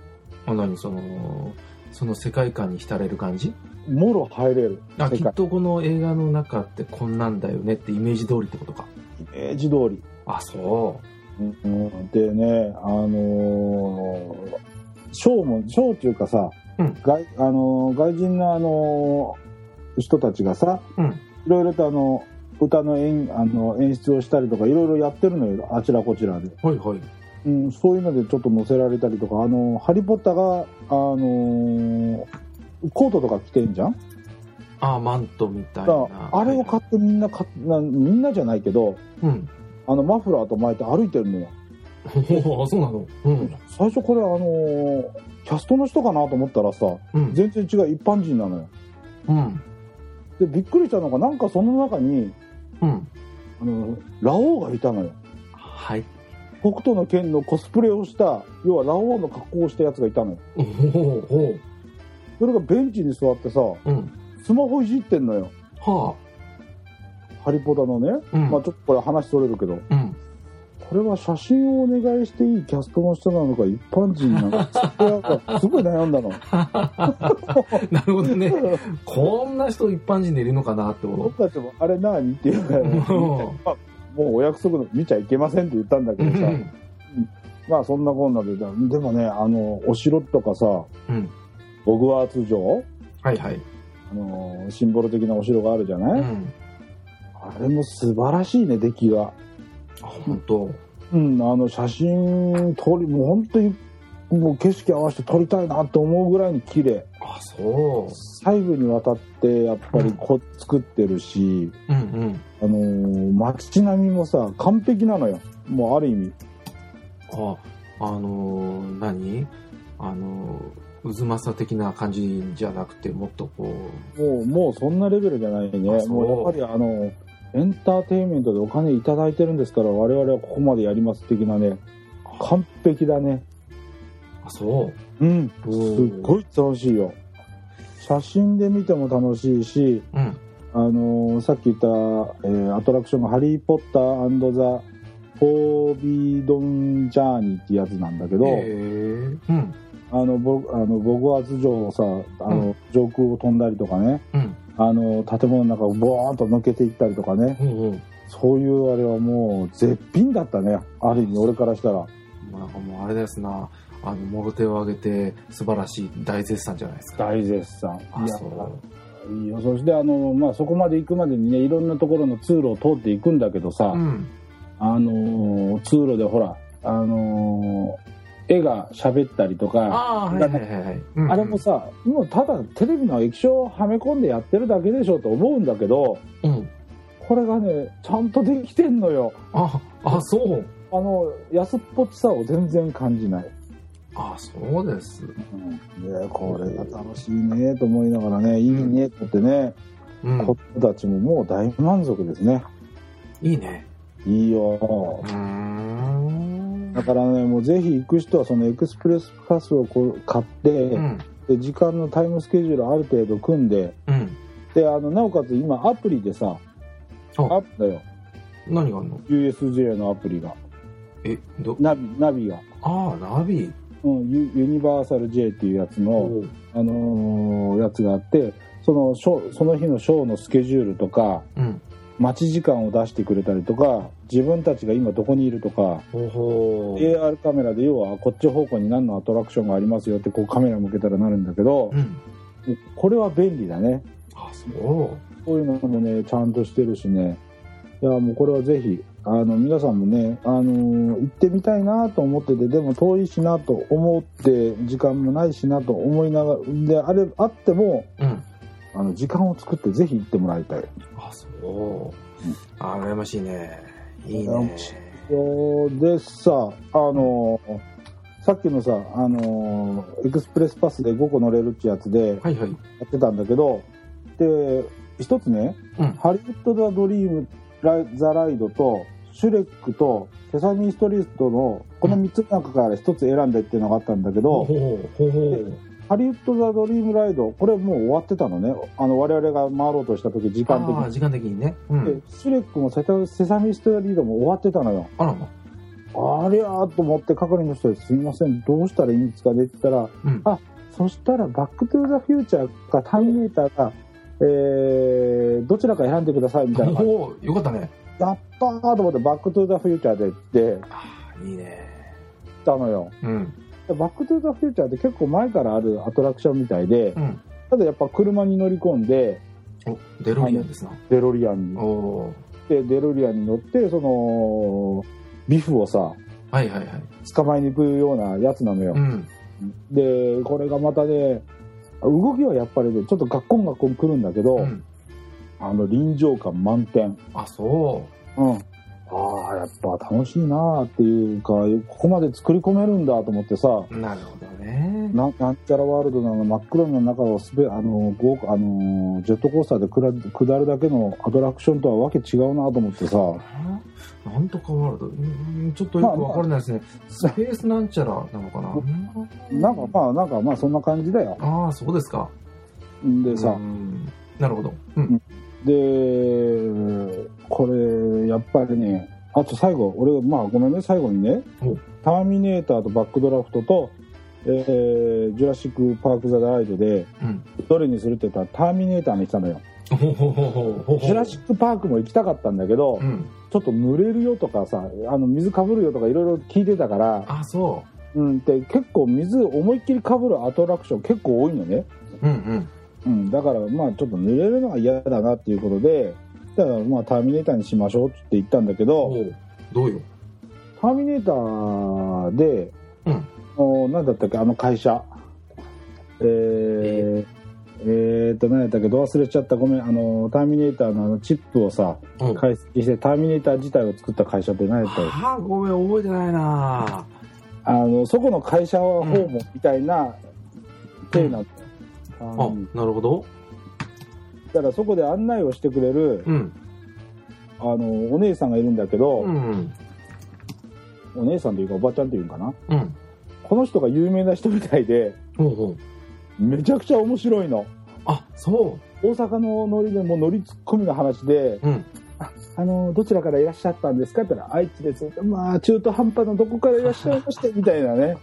Speaker 2: 何そのその世界観に浸れる感じ
Speaker 1: もろ入れる
Speaker 2: あ
Speaker 1: 世
Speaker 2: きっ
Speaker 1: 界
Speaker 2: とこの映画の中ってこんなんだよねってイメージ通りってことか
Speaker 1: イメージ通り
Speaker 2: あそ
Speaker 1: うんでね、あのーショーも、ショーっていうかさ、
Speaker 2: うん
Speaker 1: 外あのー外人の、あのー人たちがさ、
Speaker 2: ううん
Speaker 1: いろいろとあの歌の演あの演出をしたりとか、いろいろやってるのよ、あちらこちらで。
Speaker 2: はいはい
Speaker 1: うん、そういうのでちょっと載せられたりとか、あのーハリー・ポッターが、あのーコートとか着てんじゃん
Speaker 2: あーマントみたい
Speaker 1: だ
Speaker 2: な
Speaker 1: からあれを買ってみんな買っなみんなじゃないけど、
Speaker 2: うん
Speaker 1: あのマフラーと巻いて歩いてるのよ。
Speaker 2: おーそうなのうん
Speaker 1: 最初これあのーキャストの人かなと思ったらさ
Speaker 2: うん
Speaker 1: 全然違う一般人なのよ
Speaker 2: うん
Speaker 1: でびっくりしたのがなんかその中に
Speaker 2: うん
Speaker 1: あのラオウがいたのよ
Speaker 2: はい
Speaker 1: 北斗の剣のコスプレをした要はラオウの格好をしたやつがいたのよ
Speaker 2: おーおー
Speaker 1: それがベンチに座ってさ
Speaker 2: うん
Speaker 1: スマホいじってんのよ
Speaker 2: は
Speaker 1: ハリポタのね、
Speaker 2: あうん
Speaker 1: まあちょっとこれ話それるけど
Speaker 2: うん
Speaker 1: これは写真をお願いしていいキャストの人なのか一般人なのかそれなんかすごい悩んだの
Speaker 2: なるほどね。 こんな人一般人でいるのかなって思
Speaker 1: 僕たちも「あれ何?」って言うから、
Speaker 2: う。も
Speaker 1: もうお約束の見ちゃいけませんって言ったんだ
Speaker 2: う。う
Speaker 1: けどさ
Speaker 2: ん。
Speaker 1: まあそんなこんなでだでもねあのお城とかさ
Speaker 2: うん
Speaker 1: ボグワーツ城
Speaker 2: はいはい。
Speaker 1: あのシンボル的なお城があるじゃな
Speaker 2: う
Speaker 1: い、
Speaker 2: ん。
Speaker 1: あれも素晴らしいね出来が
Speaker 2: あ本当。
Speaker 1: うんあの写真撮りもう本当にもう景色合わせて撮りたいなと思うぐらいに綺麗
Speaker 2: あ、そう。
Speaker 1: 細部にわたってやっぱりこ作ってるし、
Speaker 2: うんうん。
Speaker 1: あのー街並みもさ完璧なのよもうある意味
Speaker 2: あ、あのー何あのー、渦政的な感じじゃなくて、もっとこう、
Speaker 1: もうもうそんなレベルじゃないね
Speaker 2: あそう
Speaker 1: もうやっぱりあのエンターテインメントでお金いただいてるんですから我々はここまでやります的なね完璧だね
Speaker 2: あ、そ
Speaker 1: う
Speaker 2: う。
Speaker 1: んす
Speaker 2: お
Speaker 1: っ
Speaker 2: ー
Speaker 1: ごい楽しいよ写真で見ても楽しいし
Speaker 2: うん。
Speaker 1: あのーさっき言った、えーアトラクションが「ハリー・ポッターザ・フォービードン・ジャーニー」ってやつなんだけど、
Speaker 2: へーうん。
Speaker 1: あのボあのボグワーツ城をさあの、
Speaker 2: う
Speaker 1: 上空を飛んだりとかね
Speaker 2: うん。
Speaker 1: あの建物の中をボーンと抜けていったりとかね
Speaker 2: うんうん。
Speaker 1: そういうあれはもう絶品だったねある意味俺からしたら
Speaker 2: もうなんかもうあれですな、あの、もろ手を挙げて素晴らしい大絶賛じゃないですか。
Speaker 1: 大絶賛
Speaker 2: あ、
Speaker 1: いや
Speaker 2: そう。
Speaker 1: いいよそしてあの、まあ、そこまで行くまでにねいろんなところの通路を通っていくんだけどさ、
Speaker 2: うん。
Speaker 1: あのー通路でほらあのー絵が喋ったりとか
Speaker 2: ああ、はいはいはいはい。うんうん
Speaker 1: あれも、さ、もうただテレビの液晶をはめ込んでやってるだけでしょと思うんだけど、
Speaker 2: うん。
Speaker 1: これがねちゃんとできてんのよ
Speaker 2: あ、あ、そう。
Speaker 1: あの安っぽっちさを全然感じない、
Speaker 2: あ、そうです。
Speaker 1: うん、でこれが楽しいねと思いながらねいいねと思ってね、
Speaker 2: うん
Speaker 1: 子。供たちももう大満足ですね
Speaker 2: いいね。
Speaker 1: いいうよ
Speaker 2: ーん。
Speaker 1: だからねもうぜひ行く人はそのエクスプレスパスをこう買って、
Speaker 2: うん。
Speaker 1: で時間のタイムスケジュールある程度組んで
Speaker 2: うん。
Speaker 1: であのなおかつ今アプリでさ
Speaker 2: あ
Speaker 1: あったよ
Speaker 2: 何があんの
Speaker 1: USJ のアプリが
Speaker 2: え、ど、
Speaker 1: ナビナビが、
Speaker 2: ああ、ナビ。
Speaker 1: うん、ユユニバーサル J っていうやつの、
Speaker 2: おう
Speaker 1: あのーやつがあってそのショーその日のショーのスケジュールとか
Speaker 2: うん。
Speaker 1: 待ち時間を出してくれたりとか自分たちが今どこにいるとか
Speaker 2: ほうほう。
Speaker 1: AR カメラで要はこっち方向に何のアトラクションがありますよってこうカメラ向けたらなるんだけど
Speaker 2: うん。
Speaker 1: これは便利だね
Speaker 2: あ、そう。
Speaker 1: こういうのもねちゃんとしてるしねいやもうこれはぜひあの皆さんもね、あのー行ってみたいなと思っててでも遠いしなと思って時間もないしなと思いながらであれあっても
Speaker 2: うん。
Speaker 1: あの時間を作ってぜひ行ってもらいたい。
Speaker 2: あ、そう。あ、羨ましいね。いい
Speaker 1: 羨ま
Speaker 2: ね。
Speaker 1: しでさあのーさっきのさあのーエクスプレスパスで5個乗れるってやつでや
Speaker 2: はいはい。
Speaker 1: ってたんだけどで一つね、
Speaker 2: うん
Speaker 1: ハリウッド・ザ・ドリーム・ライザ・ライドとシュレックとセサミストリートのこの3つの中から一つ選んでっていうのがあったんだけど、
Speaker 2: ほうほうほうほう。
Speaker 1: ハリウッド・ザ・ドリーム・ライドこれもう終わってたのねあの我々が回ろうとした時時間的に
Speaker 2: ああ、。時間的にね。う
Speaker 1: で
Speaker 2: ん。
Speaker 1: シュレックもセタセサミストリートも終わってたのよ。
Speaker 2: あらま。
Speaker 1: ありゃーと思って係の人に「すいませんどうしたらいいんですかね?」って言ったら
Speaker 2: うん。
Speaker 1: そしたら「バック・トゥ・ザ・フューチャー」か「タイムメーターが」えーどちらか選んでくださいみたいな
Speaker 2: お およかったね。
Speaker 1: 「やったー!」と思って「バック・トゥ・ザ・フューチャー」でって言っ
Speaker 2: ああ、いいね。
Speaker 1: たのよ。
Speaker 2: うん。
Speaker 1: でバック・トゥ・ザ・フューチャーって結構前からあるアトラクションみたいで
Speaker 2: うん。
Speaker 1: ただやっぱ車に乗り込んで
Speaker 2: お、デロリアンですな。
Speaker 1: デロリアンに
Speaker 2: お
Speaker 1: 乗っ
Speaker 2: お
Speaker 1: てデロリアンに乗ってそのビフをさ
Speaker 2: はいはいはい。
Speaker 1: 捕まえに行くようなやつなのよ。
Speaker 2: うん。
Speaker 1: でこれがまたね動きはやっぱりねちょっとガッコンガッコンくるんだけど、
Speaker 2: うん。
Speaker 1: あの臨場感満点、
Speaker 2: あ、そ
Speaker 1: うん、ああやっぱ楽しいなっていうかここまで作り込めるんだと思ってさ
Speaker 2: う。なるほどね。
Speaker 1: ななんちゃらワールドのあの真っ黒の中をすべあの豪華あのジェットコースターでくら下るだけのアトラクションとはわけ違うなと思ってさ
Speaker 2: ななんとかワールドうーんちょっとよくわからないですね、スペースなんちゃらなのかな
Speaker 1: なんかまあなんかまあそんな感じだよ
Speaker 2: ああそうですか
Speaker 1: でさ、
Speaker 2: うんなるほどうん
Speaker 1: でこれやっぱりねあと最後、俺、まあごめんね、最後にね
Speaker 2: お、
Speaker 1: ターミネーターとバックドラフトと、えージュラシック・パーク・ザ・ライドで、
Speaker 2: うん。
Speaker 1: どれにするって言ったら、ターミネーターにしたのよ。
Speaker 2: ほほほほほ
Speaker 1: ジュラシック・パークも行きたかったんだけど、
Speaker 2: うん。
Speaker 1: ちょっと濡れるよとかさ、あの水かぶるよとかいろいろ聞いてたから、
Speaker 2: あ、そ
Speaker 1: うん、で結構水思いっきりかぶるアトラクション結構多いのね。
Speaker 2: う。うん
Speaker 1: うん、だからまあちょっと濡れるのは嫌だなっていうことで、だからまあターミネーターにしましょうって言ったんだけ
Speaker 2: うん。
Speaker 1: ど、
Speaker 2: おうどうよ。
Speaker 1: ターミネーターで、
Speaker 2: うん
Speaker 1: お何だったっけ、あの会社。えー、えーっと、何やったっけ、ど忘れちゃった、ごめん、あの、ターミネーターのあのチップをさ、
Speaker 2: うん。
Speaker 1: 解析して、ターミネーター自体を作った会社って何やったっけ
Speaker 2: はあ、ごめん、覚えてないな
Speaker 1: あの、そこの会社は訪問みたいな、ていうなあ
Speaker 2: あ、
Speaker 1: の
Speaker 2: なるほど。
Speaker 1: だからそこで案内をしてくれる、
Speaker 2: うん。
Speaker 1: あの、お姉さんがいるんだけど、
Speaker 2: うん。
Speaker 1: お姉さんというかおばちゃんというんかな。
Speaker 2: うん。
Speaker 1: この人が有名な人みたいで、
Speaker 2: ほうほう。
Speaker 1: めちゃくちゃ面白いの。
Speaker 2: あ、そ
Speaker 1: 大阪のノリでもうノリツッコミの話で、
Speaker 2: う。うん。
Speaker 1: あの、どちらからいらっしゃったんですかって言ったら、愛知です。まあ、中途半端などこからいらっしゃいまして、みたいなね。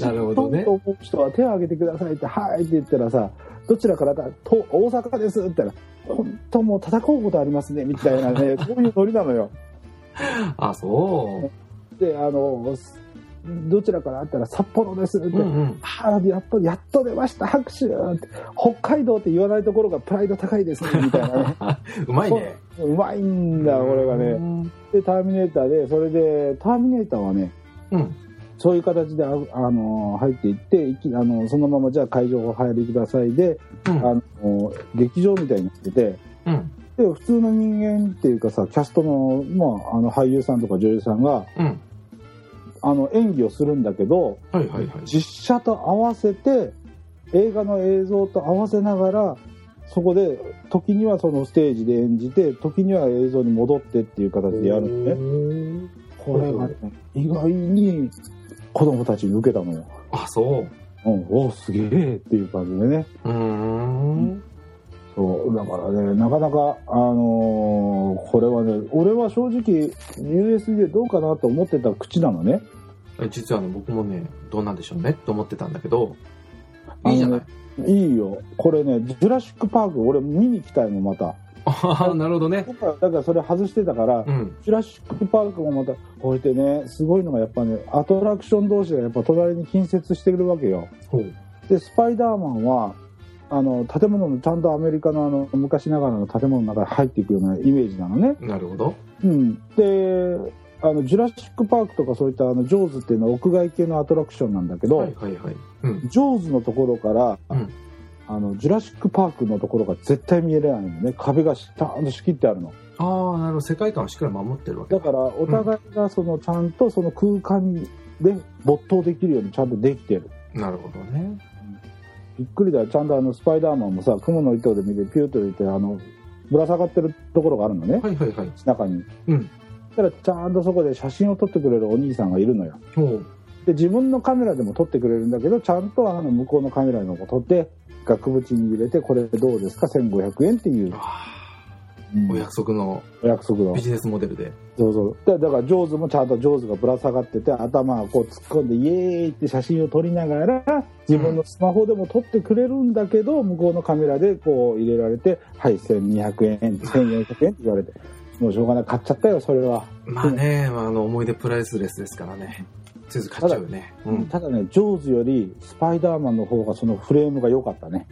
Speaker 2: なるほど
Speaker 1: 一番遠
Speaker 2: ね
Speaker 1: いと思う人は手を挙げてくださいって、はいって言ったらさ、どちらからだと大阪ですって言ったら、本当もう叩こうことありますね、みたいなね、こういうノリなのよ。
Speaker 2: あ、そ
Speaker 1: で、あの、すどちらからあったら札幌ですって。
Speaker 2: う。うんうん。
Speaker 1: ああ、やっと、やっと出ました、拍手って北海道って言わないところがプライド高いですね、 みたいなね。
Speaker 2: うまいね。
Speaker 1: うまいんだ、俺がね。
Speaker 2: ね。
Speaker 1: で、ターミネーターで、それで、ターミネーターはね、
Speaker 2: うん。
Speaker 1: そういう形で、あ、あのー入っていって、いきあのーそのまま、じゃあ会場お入りくださいで、
Speaker 2: うん。
Speaker 1: あのー劇場みたいになってて、
Speaker 2: うん。
Speaker 1: で、普通の人間っていうかさ、キャストの、まあ、あの、俳優さんとか女優さんが、
Speaker 2: うん。
Speaker 1: あの、演技をするんだけど、
Speaker 2: はいはいはい。
Speaker 1: 実写と合わせて映画の映像と合わせながらそこで時にはそのステージで演じて時には映像に戻ってっていう形でやるのね
Speaker 2: ね。
Speaker 1: これがね意外に子供たちに受けたのよ、
Speaker 2: あ、そう。
Speaker 1: うん、おおすげえっていう感じでね
Speaker 2: うーん。
Speaker 1: そうだからねなかなかあのーこれはね俺は正直 USJ どうかなと思ってた口なのね
Speaker 2: 実はね、僕もね、どうなんでしょうねと思ってたんだけど、いいじゃない。
Speaker 1: いいよこれねジュラシック・パーク俺見に行きたいもんまた
Speaker 2: ああ、なるほどね。
Speaker 1: 僕はだからそれ外してたから、
Speaker 2: うん。
Speaker 1: ジュラシック・パークもまたこうやってねすごいのがやっぱねアトラクション同士がやっぱ隣に近接してるわけよ
Speaker 2: ほう。
Speaker 1: でスパイダーマンはあの建物のちゃんとアメリカのあの昔ながらの建物の中に入っていくようなイメージなのね、
Speaker 2: なるほど。
Speaker 1: うん、であのジュラシック・パークとかそういったあのジョーズっていうのは屋外系のアトラクションなんだけど、
Speaker 2: はいはいはい。うん。
Speaker 1: ジョーズのところから、
Speaker 2: うん
Speaker 1: あのジュラシック・パークのところが絶対見えれないのね壁がしちゃんと仕切ってあるの
Speaker 2: ああ、なるほど。世界観をしっかり守ってるわけ
Speaker 1: だからお互いがそのちゃんとその空間にで没頭できるようにちゃんとできてる
Speaker 2: なるほどね。
Speaker 1: びっくりだよちゃんとあのスパイダーマンもさ雲の糸で見てピューといてあのぶら下がってるところがあるのね
Speaker 2: はいはいはい。
Speaker 1: 中に
Speaker 2: うん。
Speaker 1: だからちゃんとそこで写真を撮ってくれるお兄さんがいるのよ
Speaker 2: ほう。
Speaker 1: で自分のカメラでも撮ってくれるんだけどちゃんとあの向こうのカメラのも撮って額縁に入れてこれどうですか1500円っていう、
Speaker 2: あ
Speaker 1: う
Speaker 2: あ、
Speaker 1: ん
Speaker 2: お約束の
Speaker 1: お約束だ
Speaker 2: ビジネスモデルで。
Speaker 1: そうそうだだからジョーズもちゃんとジョーズがぶら下がってて頭をこう突っ込んでイエーイって写真を撮りながら自分のスマホでも撮ってくれるんだけど、向こうのカメラでこう入れられて「はい1200円1400円」って言われてもうしょうがない買っちゃったよそれは、
Speaker 2: まあね、まああの、思い出プライスレスですからね。ついつい買っちゃうよね。うん。
Speaker 1: ただねジョーズよりスパイダーマンの方がそのフレームが良かった ね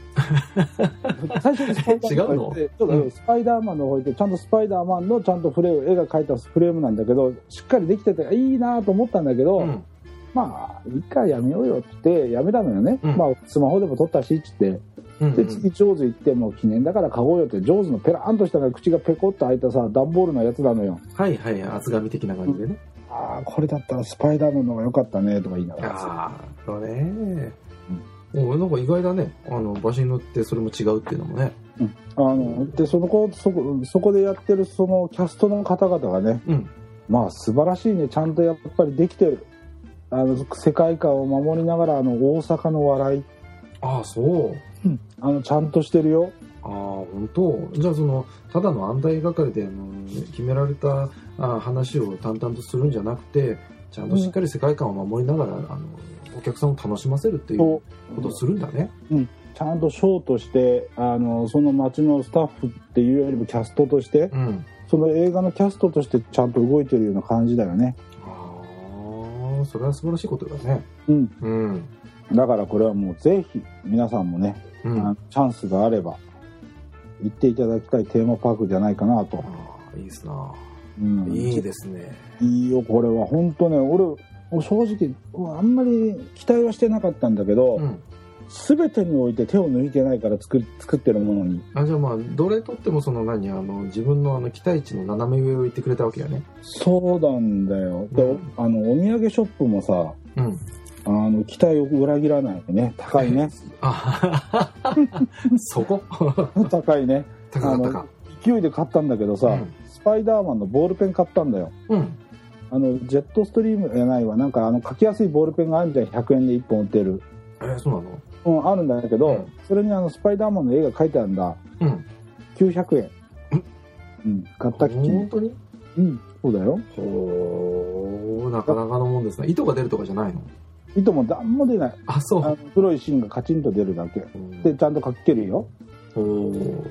Speaker 1: 最初にスパイダーマンの方行ってそうだよスパイダーマンの方行ってちゃんとスパイダーマンのちゃんとフレーム絵が描いたフレームなんだけどしっかりできてていいなと思ったんだけど、
Speaker 2: うん。
Speaker 1: まあ、一回やめようよって言って、やめたのよね。
Speaker 2: うん
Speaker 1: まあ、スマホでも撮ったし、っつって。
Speaker 2: うんう
Speaker 1: で、
Speaker 2: ん。
Speaker 1: 次、ジョーズ行って、もう記念だから買おうよって、ジョーズのペラーンとしたら口がペコッと開いたさ、段ボールのやつなのよ。
Speaker 2: はいはい。厚紙的な感じでね。
Speaker 1: ああ、これだったらスパイダーマンの方が良かったね、とか言いながら。
Speaker 2: ああ、そうね。おなんか意外だね。あの、場所に乗ってそれも違うっていうのもね。
Speaker 1: あの、で、その子、そこ、そこでやってるそのキャストの方々がね、
Speaker 2: うん。
Speaker 1: まあ、素晴らしいね。ちゃんとやっぱりできてる。あの、世界観を守りながら、あの、大阪の笑い。
Speaker 2: ああ、そう。
Speaker 1: あの、ちゃんとしてるよ。
Speaker 2: ああ、本当じゃあその、ただの安泰係で、あの、決められたあー話を淡々とするんじゃなくて、ちゃんとしっかり世界観を守りながら、あの、お客さんを楽しませるっていう
Speaker 1: そ
Speaker 2: こ
Speaker 1: う
Speaker 2: とをするんだね。
Speaker 1: ちゃんとショーとしてあのその街のスタッフっていうよりもキャストとして、
Speaker 2: うん。
Speaker 1: その映画のキャストとしてちゃんと動いてるような感じだよね
Speaker 2: ああ、それは素晴らしいことだね。
Speaker 1: うん
Speaker 2: うん。
Speaker 1: だからこれはもうぜひ皆さんもね、
Speaker 2: う
Speaker 1: あ
Speaker 2: ん。
Speaker 1: のチャンスがあれば行っていただきたいテーマパークじゃないかなと、
Speaker 2: ああ、いいですな。
Speaker 1: うん、
Speaker 2: いいですね。
Speaker 1: いいよこれは本当ね俺俺正直俺あんまり期待はしてなかったんだけど、
Speaker 2: うん。
Speaker 1: 全てにおいて手を抜いてないから作作ってるものに
Speaker 2: あじゃあまあ、どれとってもその何、あの、自分のあの、期待値の斜め上を言ってくれたわけだね。
Speaker 1: そうなんだよで、
Speaker 2: うん
Speaker 1: あのお土産ショップもさ
Speaker 2: うん。
Speaker 1: あの期待を裏切らないね高い ね
Speaker 2: あそこ
Speaker 1: 高いね
Speaker 2: 高かったか。
Speaker 1: 勢いで買ったんだけどさ、
Speaker 2: うん
Speaker 1: スパイダーマンのボールペン買ったんだよ
Speaker 2: うん。
Speaker 1: あのジェットストリームじゃないわなんかあの書きやすいボールペンがあるじゃん100円で1本売ってる、
Speaker 2: えーそうなの
Speaker 1: うん、あるんだけど、
Speaker 2: うん
Speaker 1: それにあのスパイダーマンの絵が書いてあるんだ
Speaker 2: うん。
Speaker 1: 900円うん買ったきち
Speaker 2: 本
Speaker 1: ん
Speaker 2: 当に
Speaker 1: うんそうだよ
Speaker 2: ほー、なかなかのもんですね。糸が出るとかじゃないの
Speaker 1: 糸も何も出ない
Speaker 2: あ、そ
Speaker 1: あ
Speaker 2: う
Speaker 1: の。黒い芯がカチンと出るだけでちゃんと書けるよ
Speaker 2: ほー。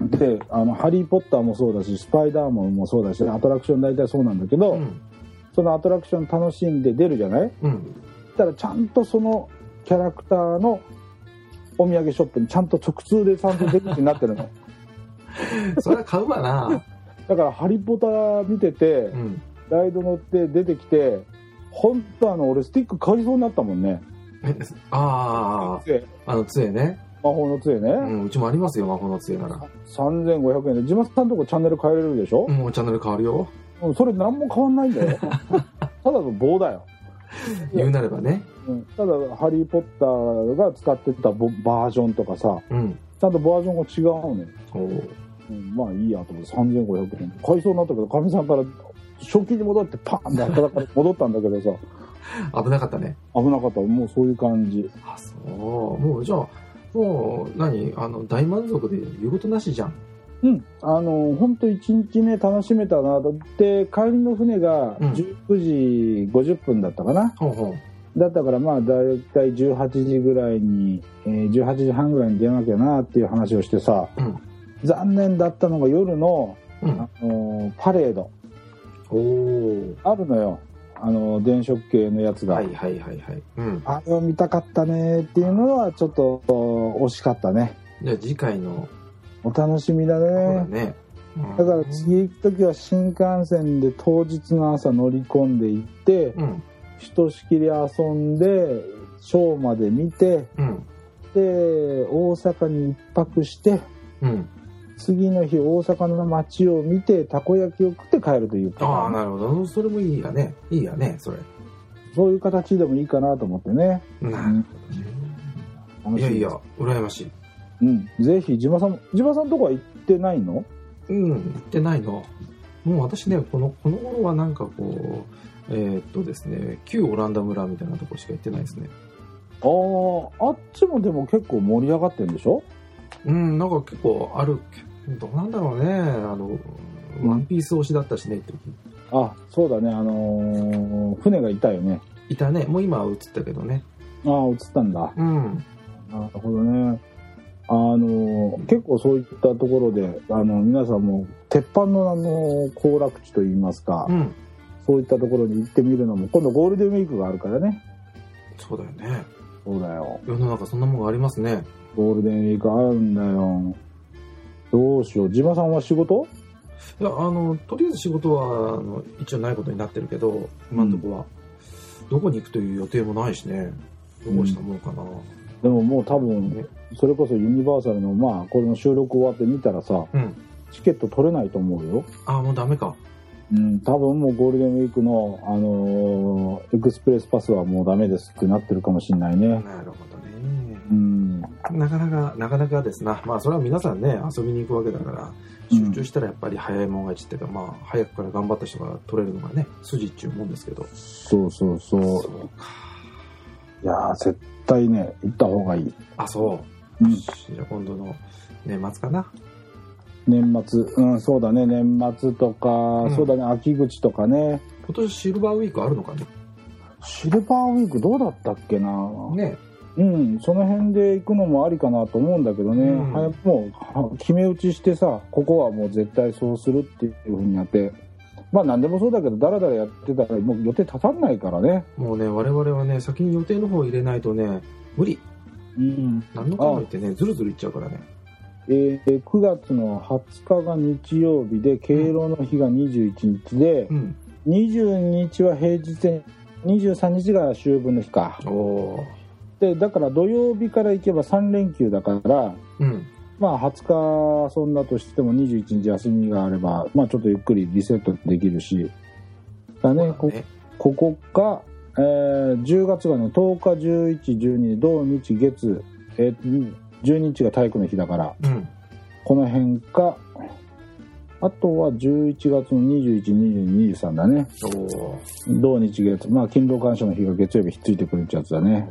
Speaker 1: であの「ハリー・ポッター」もそうだし「スパイダーマン」もそうだしアトラクション大体そうなんだけど、
Speaker 2: うん。
Speaker 1: そのアトラクション楽しんで出るじゃない
Speaker 2: うん。
Speaker 1: たらちゃんとそのキャラクターのお土産ショップにちゃんと直通でちゃんと出るようになってる の
Speaker 2: それは買うわ な。
Speaker 1: だから「ハリポタ」見てて
Speaker 2: うん。
Speaker 1: ライド乗って出てきて本当あの俺スティック買いそうになったもんね
Speaker 2: えあ
Speaker 1: 杖
Speaker 2: あ、あの、杖ね。
Speaker 1: 魔法の杖ね、
Speaker 2: うん、うちもありますよ、魔法の杖なら。
Speaker 1: 3500円で自慢さんとこチャンネル変えれるでしょ、
Speaker 2: もうチャンネル変わるよ。
Speaker 1: うん、それ何も変わんないん だよただの棒だよ
Speaker 2: 言うなればね。
Speaker 1: うんただ「ハリー・ポッター」が使ってたボバージョンとかさ
Speaker 2: うん。
Speaker 1: ちゃんとバージョンが違うのよ、
Speaker 2: ほー。
Speaker 1: うん、まあいいやと思って3500円買いそうになったけどかみさんから初期に戻ってパーンって働から戻ったんだけどさ
Speaker 2: 危なかったね。
Speaker 1: 危なかったもうそういう感じ
Speaker 2: あ、そう。もう、じゃあ、もう、何あの、大満足で言うことなしじゃん。
Speaker 1: うんあの本当一日ね楽しめたなとで帰りの船が
Speaker 2: うん
Speaker 1: 19時50分だったかな、
Speaker 2: ほうほう。
Speaker 1: だったからまあだいたい18時ぐらいに、えー18時半ぐらいに出なきゃなっていう話をしてさ、
Speaker 2: うん
Speaker 1: 残念だったのが夜の
Speaker 2: うん。
Speaker 1: あのーパレード
Speaker 2: おー。
Speaker 1: あるのよあのー電飾系のやつが、
Speaker 2: はいはいはいはい。うん。
Speaker 1: あれを見たかったねっていうのはちょっと惜しかったね
Speaker 2: じゃあ次回の、
Speaker 1: お楽しみだ
Speaker 2: そうだ
Speaker 1: ね
Speaker 2: ね。うん
Speaker 1: だから次行く時は新幹線で当日の朝乗り込んで行って
Speaker 2: うん。
Speaker 1: ひとしきり遊んでショーまで見て
Speaker 2: うん。
Speaker 1: で大阪に一泊して
Speaker 2: うん。
Speaker 1: 次の日大阪の街を見てたこ焼きを食って帰るという
Speaker 2: ああ、
Speaker 1: か
Speaker 2: なるほど。それもいいやね。いいやね、それ。
Speaker 1: そういう形でもいいかなと思ってね
Speaker 2: な
Speaker 1: る楽しみ
Speaker 2: いやいや、羨ましい。
Speaker 1: うん、ぜひ、ジマさんも、ジマさんとこは行ってないの
Speaker 2: うん、行ってないの。もう私ね、この、この頃はなんかこう、えーっとですね、旧オランダ村みたいなとこしか行ってないですね。
Speaker 1: ああ、あっちもでも結構盛り上がってるんでしょ
Speaker 2: うん、なんか結構ある、どうなんだろうね。あの、ワンピース推しだったしね、一時
Speaker 1: あ、そうだね、あのー船がいたよね。
Speaker 2: いたね。もう今は映ったけどね。
Speaker 1: ああ、映ったんだ。
Speaker 2: うん。
Speaker 1: なるほどね。あのー結構そういったところで、あの、皆さんも、鉄板の、あのー行楽地といいますか、
Speaker 2: うん。
Speaker 1: そういったところに行ってみるのも、今度ゴールデンウィークがあるからね。
Speaker 2: そうだよね。
Speaker 1: そうだよ。
Speaker 2: 世の中そんなもんがありますね。
Speaker 1: ゴールデンウィークあるんだよ。どうしよう。ジマさんは仕事
Speaker 2: いや、あの、とりあえず仕事は、あの、一応ないことになってるけど、今のとこは、どこに行くという予定もないしね、どうしたもんかな。
Speaker 1: でももう多分、
Speaker 2: ね
Speaker 1: それこそユニバーサルの、まあ、これの収録終わって見たらさ、
Speaker 2: うん
Speaker 1: チケット取れないと思うよ。
Speaker 2: あ、もうダメか。
Speaker 1: うん、多分もうゴールデンウィークの、あのーエクスプレスパスはもうダメですってなってるかもしれないね。
Speaker 2: なるほどね。
Speaker 1: うん、
Speaker 2: なかなか、なかなかですな。まあ、それは皆さんね、遊びに行くわけだから、
Speaker 1: うん
Speaker 2: 集中したらやっぱり早いもん勝ちっていうか、まあ、早くから頑張った人が取れるのがね、筋っちゅうもんですけど。
Speaker 1: そうそうそう。
Speaker 2: うか。
Speaker 1: いやー、絶対ね、行った方がいい。
Speaker 2: あ、そ
Speaker 1: うん
Speaker 2: じゃあ今度の年末かな。
Speaker 1: 年末、うん、そうだね、年末とか、
Speaker 2: ん
Speaker 1: そうだね、秋口とかね。
Speaker 2: 今年シルバーウィークあるのかね。
Speaker 1: シルバーウィークどうだったっけな、
Speaker 2: ね。
Speaker 1: うん、その辺で行くのもありかなと思うんだけどね、
Speaker 2: うん
Speaker 1: 早くもうは決め打ちしてさ、ここはもう絶対そうするっていう風になって、まあ何でもそうだけど、だらだらやってたら、もう予定立たんないからね。
Speaker 2: もうね、我々はね、先に予定の方を入れないとね、無理。
Speaker 1: うん、
Speaker 2: 何のかんの言ってね、ずるずるいっちゃうからね。
Speaker 1: えー9月の20日が日曜日で敬老の日が21日で、
Speaker 2: うん。
Speaker 1: 22日は平日で23日が秋分の日か
Speaker 2: おお
Speaker 1: でだから土曜日から行けば3連休だから
Speaker 2: ー。うん。
Speaker 1: まあ20日遊んだとしても21日休みがあれば、まあ、ちょっとゆっくりリセットできるしだね
Speaker 2: そう
Speaker 1: こ
Speaker 2: だね
Speaker 1: ここか、えー10月がね10日11、12土日月、えー12日が体育の日だから
Speaker 2: うん。
Speaker 1: この辺か。あとは11月の21、22、23だね。
Speaker 2: おお
Speaker 1: 同日月。まあ、勤労感謝の日が月曜日ひっついてくるってやつだね。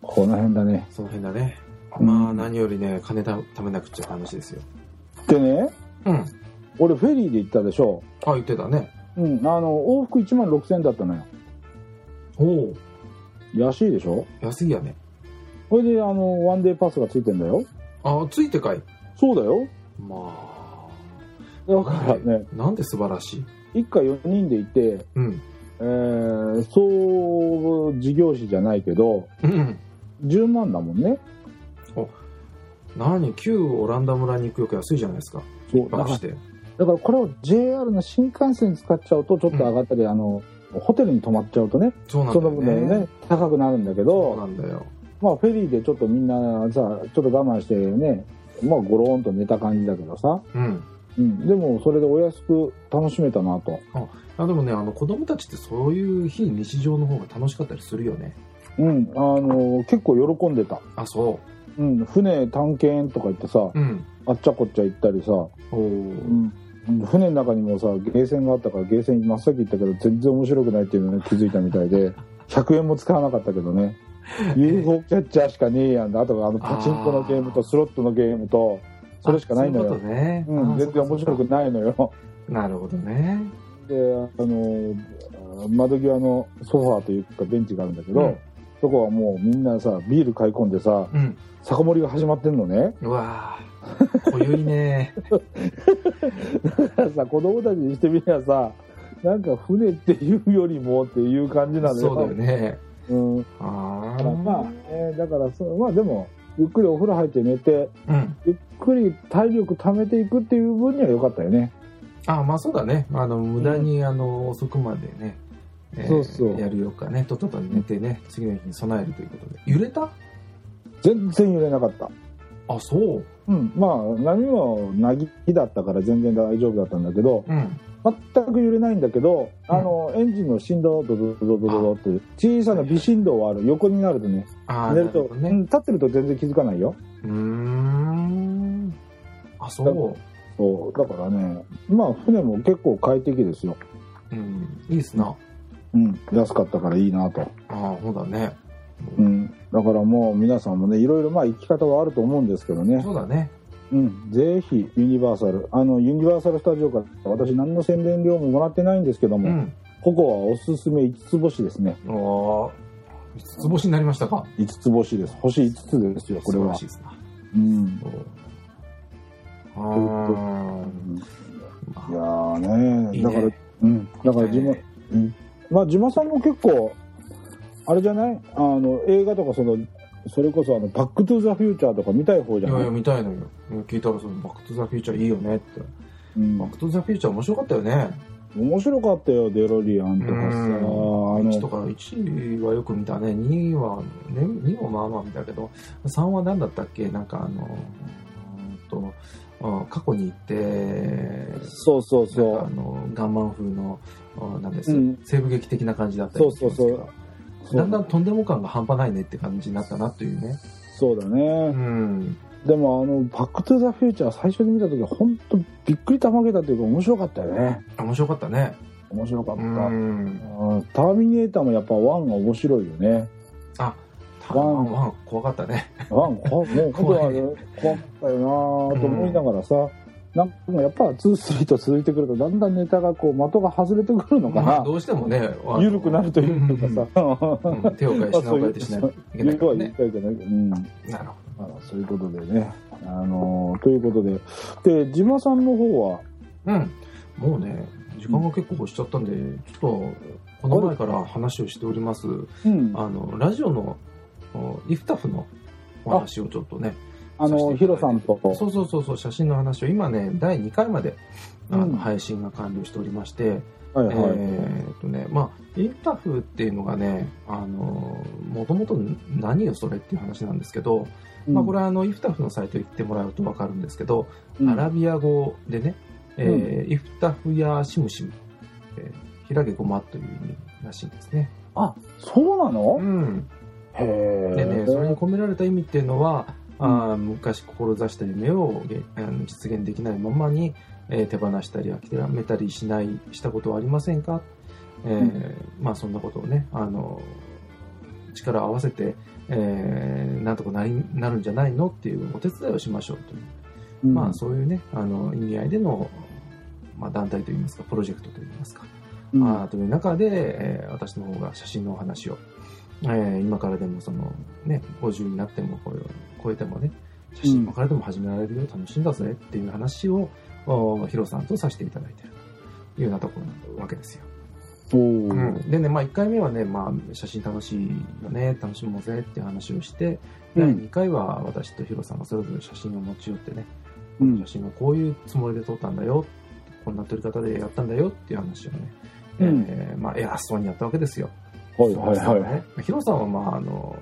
Speaker 1: この辺だね。
Speaker 2: その辺だね。
Speaker 1: うん
Speaker 2: まあ、何よりね、金た貯めなくっちゃって話ですよ。
Speaker 1: でね、
Speaker 2: うん。
Speaker 1: 俺フェリーで行ったでしょ。
Speaker 2: あ、言ってたね。
Speaker 1: うん、あの、往復1万6000円だったのよ。
Speaker 2: おお。
Speaker 1: 安いでしょ
Speaker 2: 安いやね。
Speaker 1: これで、あの、ワンデーパスがついてんだよ。
Speaker 2: あ、ついてかい。
Speaker 1: そうだよ。
Speaker 2: ま
Speaker 1: だ
Speaker 2: あ。
Speaker 1: からね、
Speaker 2: なんで素晴らしい。
Speaker 1: 一家4人で行って、
Speaker 2: うん。
Speaker 1: えー、総事業費じゃないけど、
Speaker 2: うん。
Speaker 1: 10万だもんね。
Speaker 2: 何旧オランダ村に行くより安いじゃないですか。
Speaker 1: そう、
Speaker 2: バカして。
Speaker 1: だからこれを JR の新幹線使っちゃうとちょっと上がったり、あのホテルに泊まっちゃうとね
Speaker 2: そうなん
Speaker 1: そ
Speaker 2: だよ
Speaker 1: の
Speaker 2: ね。
Speaker 1: 分ね高くなるんだけ
Speaker 2: そうな
Speaker 1: ど、
Speaker 2: んだよ。
Speaker 1: まあ、フェリーでちょっとみんなさちょっと我慢してねまあゴローンと寝た感じだけどさ、
Speaker 2: うん。
Speaker 1: うん、でもそれでお安く楽しめたなと、
Speaker 2: あでもね、あの子供たちってそういう非日常の方が楽しかったりするよね。
Speaker 1: うん、あの結構喜んでた、
Speaker 2: あ、そ
Speaker 1: うん、船探検とか言ってさ
Speaker 2: う。うん。
Speaker 1: あっちゃこっちゃ行ったりさ、
Speaker 2: おー
Speaker 1: うん、船の中にもさゲーセンがあったからゲーセン真っ先行ったけど全然面白くないっていうのに気づいたみたいで100円も使わなかったけどね UFO キャッチャーしかねえやんだあとあのパチンコのゲームとスロットのゲームとそれしかないの
Speaker 2: あそう
Speaker 1: よ
Speaker 2: いうことね。
Speaker 1: うん、
Speaker 2: あ
Speaker 1: 全然面白く。
Speaker 2: そっか
Speaker 1: ないのよ
Speaker 2: そっかなるほどね。
Speaker 1: であの窓際のソファーというかベンチがあるんだけど、
Speaker 2: うん
Speaker 1: そこはもうみんなさビール買い込んでさ
Speaker 2: うん。
Speaker 1: 酒盛りが始まってんのね
Speaker 2: うわー濃ゆいね。
Speaker 1: だから さ子供たちにしてみりゃさなんか船っていうよりもっていう感 じなのよ
Speaker 2: そうだよね。
Speaker 1: うん、だ
Speaker 2: あ
Speaker 1: か
Speaker 2: あ。
Speaker 1: らまあ、えーだからそう、まあでも、ゆっくりお風呂入って寝て、
Speaker 2: うん。
Speaker 1: ゆっくり体力貯めていくっていう分には良かったよね。
Speaker 2: あまあそうだね。あの、無駄に、あの、遅くまでね。えー
Speaker 1: そうそう
Speaker 2: やるよっかね。とっとと寝てね、次の日に備えるということで。揺れた
Speaker 1: 全然揺れなかった。
Speaker 2: あ、そう。
Speaker 1: うん、まあ、波もなぎだったから全然大丈夫だったんだけど、
Speaker 2: うん。
Speaker 1: 全く揺れないんだけど、
Speaker 2: うん
Speaker 1: あの、エンジンの振動、ドドドドドドドって、小さな微振動はある。横になるとね、
Speaker 2: ああ、
Speaker 1: 寝ると、
Speaker 2: なほど
Speaker 1: う
Speaker 2: ね。
Speaker 1: ん立ってると全然気づかないよ。
Speaker 2: うーん。あ、そ
Speaker 1: そう、だからね、まあ、船も結構快適ですよ。
Speaker 2: う。うん。いいっすな。
Speaker 1: うん、安かったからいいなと。
Speaker 2: ああ、そうだね。
Speaker 1: うん、だからもう皆さんもねいろいろまあ生き方はあると思うんですけどね、
Speaker 2: そうだね。
Speaker 1: うん、ぜひユニバーサルあのユニバーサル・スタジオから私何の宣伝料ももらってないんですけど
Speaker 2: う
Speaker 1: も、
Speaker 2: ん。
Speaker 1: ここはおすすめ5つ星ですね
Speaker 2: おー五つ星になりましたか。
Speaker 1: 5つ星です星5つですよこれ
Speaker 2: 素晴
Speaker 1: は
Speaker 2: らしいっすな。
Speaker 1: うん
Speaker 2: おーうーん。ま
Speaker 1: い
Speaker 2: あ
Speaker 1: やーね
Speaker 2: いい
Speaker 1: だ
Speaker 2: ね
Speaker 1: からうんだから自
Speaker 2: いい
Speaker 1: 分、
Speaker 2: ね
Speaker 1: まあ自慢さんも結構あれじゃないあの映画とかそのそれこそあの「バック・トゥ・ザ・フューチャー」とか見たい方
Speaker 2: い
Speaker 1: じゃ
Speaker 2: や
Speaker 1: ないい
Speaker 2: や、見たいのよ。聞いたら、その、バックトゥザフューチャーいいよねって。
Speaker 1: うん
Speaker 2: バックトゥザフューチャー面白かったよね。
Speaker 1: 面白かったよデロリアンとかさ
Speaker 2: うん
Speaker 1: あ
Speaker 2: 1と
Speaker 1: の
Speaker 2: か1はよく見たね2は、ね、2もまあまあ見たけど3は何だったっけなんかあのうーんとあ過去に行って
Speaker 1: そうそう
Speaker 2: なん
Speaker 1: そ
Speaker 2: かあ
Speaker 1: う
Speaker 2: のガンマン風のあなんです、
Speaker 1: うん
Speaker 2: 西部劇的な感じだったりもしますけど
Speaker 1: そうそうそう
Speaker 2: だんだんとんでも感が半端ないねって感じになったなというね
Speaker 1: そうだ
Speaker 2: う
Speaker 1: ね、
Speaker 2: ん
Speaker 1: でもあの「バック・トゥ・ザ・フューチャー」最初に見た時本当びっくりたまげたというか面白かったよね
Speaker 2: 面白かったね
Speaker 1: 面白かっ
Speaker 2: う
Speaker 1: た、
Speaker 2: ん
Speaker 1: あーターミネーターもやっぱ1が面白いよね
Speaker 2: タ
Speaker 1: ワ
Speaker 2: ワン
Speaker 1: ン、
Speaker 2: ワン怖かったね。
Speaker 1: ワン、こもう、怖い、怖かったよなぁと思いながらさ、なんかやっぱツースリーと続いてくると、だんだんネタがこう、的が外れてくるのか
Speaker 2: まあ
Speaker 1: な
Speaker 2: ど。うしてもね、
Speaker 1: 緩くなるというかさ、
Speaker 2: うんうんうん手を変え品を変えてしないといけない
Speaker 1: 緩
Speaker 2: か
Speaker 1: く
Speaker 2: ら
Speaker 1: は言い
Speaker 2: ね。
Speaker 1: たいけどね。うん
Speaker 2: なるほ
Speaker 1: まあ、 そういうことでね。あのーということで。で、ジマさんの方は、
Speaker 2: ど。うん。もうね、時間が結構押しちゃったんで、ちょっと、この前から話をしております、
Speaker 1: うん、あ
Speaker 2: あの、ラジオの、おイフタフのお話をちょっとね、
Speaker 1: の、ヒロさんと、
Speaker 2: そうそうそうそう、写真の話を今ね、第2回まで、あ
Speaker 1: うん
Speaker 2: の配信が完了しておりまして、
Speaker 1: はいは
Speaker 2: え
Speaker 1: い。
Speaker 2: ーっとね、まあ、インタフっていうのがね、あの、もともと何よそれっていう話なんですけど、まあ、これ
Speaker 1: は、
Speaker 2: はあのイフタフのサイト行ってもらうと分かるんですけど、
Speaker 1: うん
Speaker 2: アラビア語でね、えーイフタフやシムシム、えー、ひらげごまという意味らしいんですね。
Speaker 1: あ、そうなの、
Speaker 2: ん、
Speaker 1: へえ。
Speaker 2: でね、それに込められた意味っていうのは、あー昔志した夢をげあの実現できないままに、えー手放したり諦めたりしないしたことはありませんか、えーまあそんなことをねあの力を合わせて、えーなんとかなりなるんじゃないのっていうお手伝いをしましょうという
Speaker 1: うん
Speaker 2: まあそういうね、あの意味合いでの、まあ、団体といいますか、プロジェクトといいますか、
Speaker 1: うん
Speaker 2: あーという中で、えー私の方が写真のお話を、えー今からでもその、ね、50になってもこれを超えてもね、写真今からでも始められるよ、楽しんだぜっていう話を、おヒロさんとさせていただいているというようなところなわけですよ。
Speaker 1: おー
Speaker 2: うんでね、まあ、1回目はね、まあ、写真楽しいよね楽しもうぜっていう話をして、
Speaker 1: うん
Speaker 2: 第2回は私とヒロさんがそれぞれ写真を持ち寄ってね
Speaker 1: うん
Speaker 2: 写真はこういうつもりで撮ったんだよこんな撮り方でやったんだよっていう話をね、
Speaker 1: うん
Speaker 2: えーまあ、偉そうにやったわけですよ。
Speaker 1: はいはいは
Speaker 2: ねヒロさんは、まあ、あの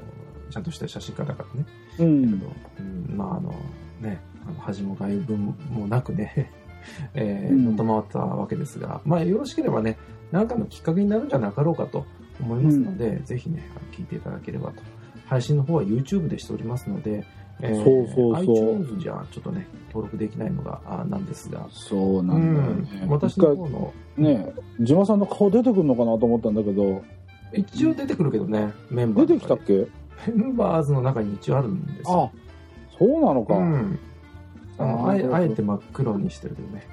Speaker 2: ちゃんとした写真家だからね、
Speaker 1: い。うん。
Speaker 2: だけど、うん、まああのねあの恥も外分もなくね え
Speaker 1: う
Speaker 2: ー
Speaker 1: ん
Speaker 2: 乗っ回ったわけですが、まあよろしければね何かのきっかけになるんじゃなかろうかと思いますので、ぜひねあの聞いていただければと配信の方は YouTube でしておりますので、えー
Speaker 1: そうそうそう
Speaker 2: iTunes じゃちょっとね登録できないのがあなんですが、
Speaker 1: そうなんだよね。
Speaker 2: うん私の方の
Speaker 1: 一回ね、ジマさんの顔出てくるのかなと思ったんだけど、
Speaker 2: 一応出てくるけどねメンバー
Speaker 1: 出て
Speaker 2: の中に
Speaker 1: きたっけ
Speaker 2: メンバーズの中に一応あるんですよ
Speaker 1: あ、そうなのか。
Speaker 2: うん、あのあえあえて真っ黒にしてるけどね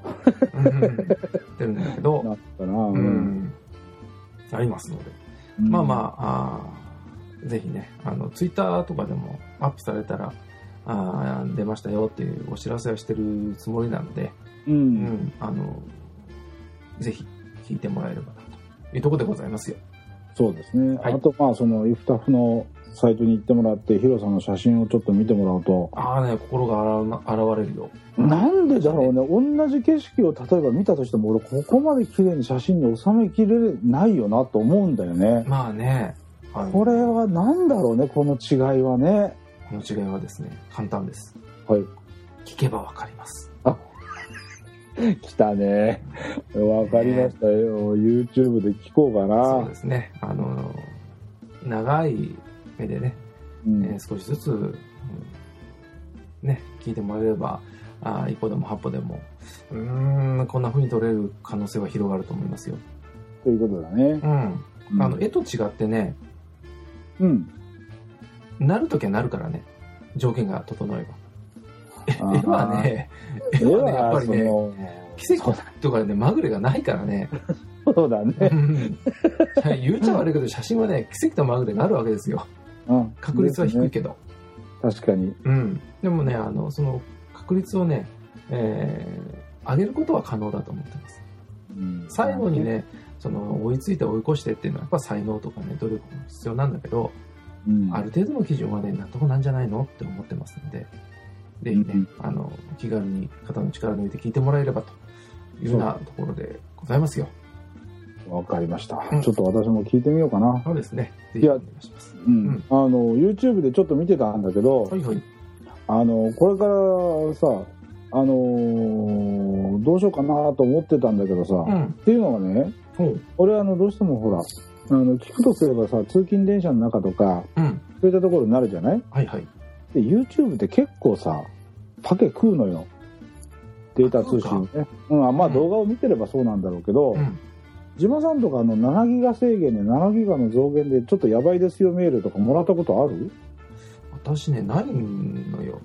Speaker 2: うんしてるんだけど、
Speaker 1: なったな、
Speaker 2: う、ん、ありますので、まあまああーぜひねあのツイッターとかでもアップされたらあー出ましたよっていうお知らせはしてるつもりなので、
Speaker 1: あ。
Speaker 2: う
Speaker 1: うん
Speaker 2: ん、あのぜひ聞いてもらえればなというところでございますよ。
Speaker 1: そうですね。
Speaker 2: はい
Speaker 1: あと、まあ、その、イフタフのサイトに行ってもらって、ヒロさんの写真をちょっと見てもらうと、
Speaker 2: ああね心があら現れるよ。
Speaker 1: なんでだろうね、同じ景色を例えば見たとしても、俺、ここまで綺麗に写真に収めきれないよなと思うんだよね。
Speaker 2: まあねあの
Speaker 1: これは何だろうね、この違いはね。
Speaker 2: この違いはですね簡単です。
Speaker 1: はい。
Speaker 2: 聞けばわかります。
Speaker 1: 来たね。わかりましたよ。YouTube で聞こうか
Speaker 2: そう
Speaker 1: な
Speaker 2: で。すね。あの、長い目でね、
Speaker 1: うん
Speaker 2: えー少しずつ、うんね、聞いてもらえれば、あー一歩でも八歩でも、うーん、こんな風に撮れる可能性は広がると思いますよ。
Speaker 1: ということだね
Speaker 2: う。ん。
Speaker 1: うん
Speaker 2: あの、絵と違ってね、
Speaker 1: うん。
Speaker 2: なるときはなるからね、条件が整えば。
Speaker 1: あー
Speaker 2: 絵は、ね、絵
Speaker 1: 絵
Speaker 2: は
Speaker 1: は
Speaker 2: ね、やっぱり
Speaker 1: そ
Speaker 2: ね、
Speaker 1: の
Speaker 2: 奇跡とかね、まぐれがないか らね。
Speaker 1: そうだね。
Speaker 2: うんいや言うちゃ悪いけど、写真はね、奇跡とまぐれがあるわけですよ。
Speaker 1: うん
Speaker 2: 確率は低
Speaker 1: で
Speaker 2: い
Speaker 1: すね
Speaker 2: けど。
Speaker 1: 確かに。
Speaker 2: うん、でもねあのその確率をね、えー上げることは可能だと思ってます
Speaker 1: うん
Speaker 2: 最後に。ねその追いついて追い越してっていうのはやっぱ才能とかね努力も必要なんだけど、
Speaker 1: うん
Speaker 2: ある程度の基準はね納得なんじゃないのって思ってますのでぜひね、
Speaker 1: うん
Speaker 2: あの気軽に肩の力抜いて聞いてもらえればというようなところでございますよ
Speaker 1: わかりました
Speaker 2: うん。
Speaker 1: ちょっと私も聞いてみようかな。
Speaker 2: そうですね
Speaker 1: い
Speaker 2: ぜひ
Speaker 1: や
Speaker 2: お願いします
Speaker 1: うん
Speaker 2: うん
Speaker 1: あの、YouTube でちょっと見てたんだけど
Speaker 2: は、いはい
Speaker 1: あの、これからさ、あのー、どうしようかなと思ってたんだけどさ、
Speaker 2: う
Speaker 1: っ
Speaker 2: ん
Speaker 1: ていうのがね、
Speaker 2: ほう
Speaker 1: 俺あの、どうしてもほら、あの、聞くとすればさ、通勤電車の中とか、
Speaker 2: うん
Speaker 1: そういったところになるじゃない
Speaker 2: はいはい
Speaker 1: で、YouTube って結構さ、パケ食うのよ。データ通
Speaker 2: あ食
Speaker 1: 信ね。うん、あまあ
Speaker 2: うん
Speaker 1: 動画を見てればそうなんだろうけど、
Speaker 2: うん
Speaker 1: ジマさんとかあの7ギガ制限で7ギガの増減でちょっとやばいですよメールとかもらったことある
Speaker 2: 私ねないのよ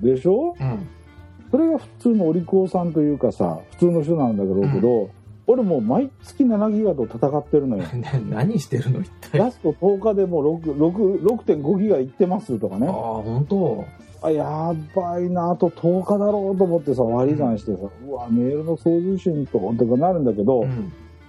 Speaker 1: でしょ
Speaker 2: うん
Speaker 1: それが普通のお利口さんというかさ普通の人なんだけど、俺もう毎月7ギガと戦って るのよ
Speaker 2: な何してるの一体あ
Speaker 1: ラスト10日でもう6 6 6.5ギガいってますとか
Speaker 2: あ
Speaker 1: ね
Speaker 2: 本当
Speaker 1: あやばいなあと10日だろうと思ってさ割り算してさ、うわメールの送受信ととかなるんだけど、
Speaker 2: うん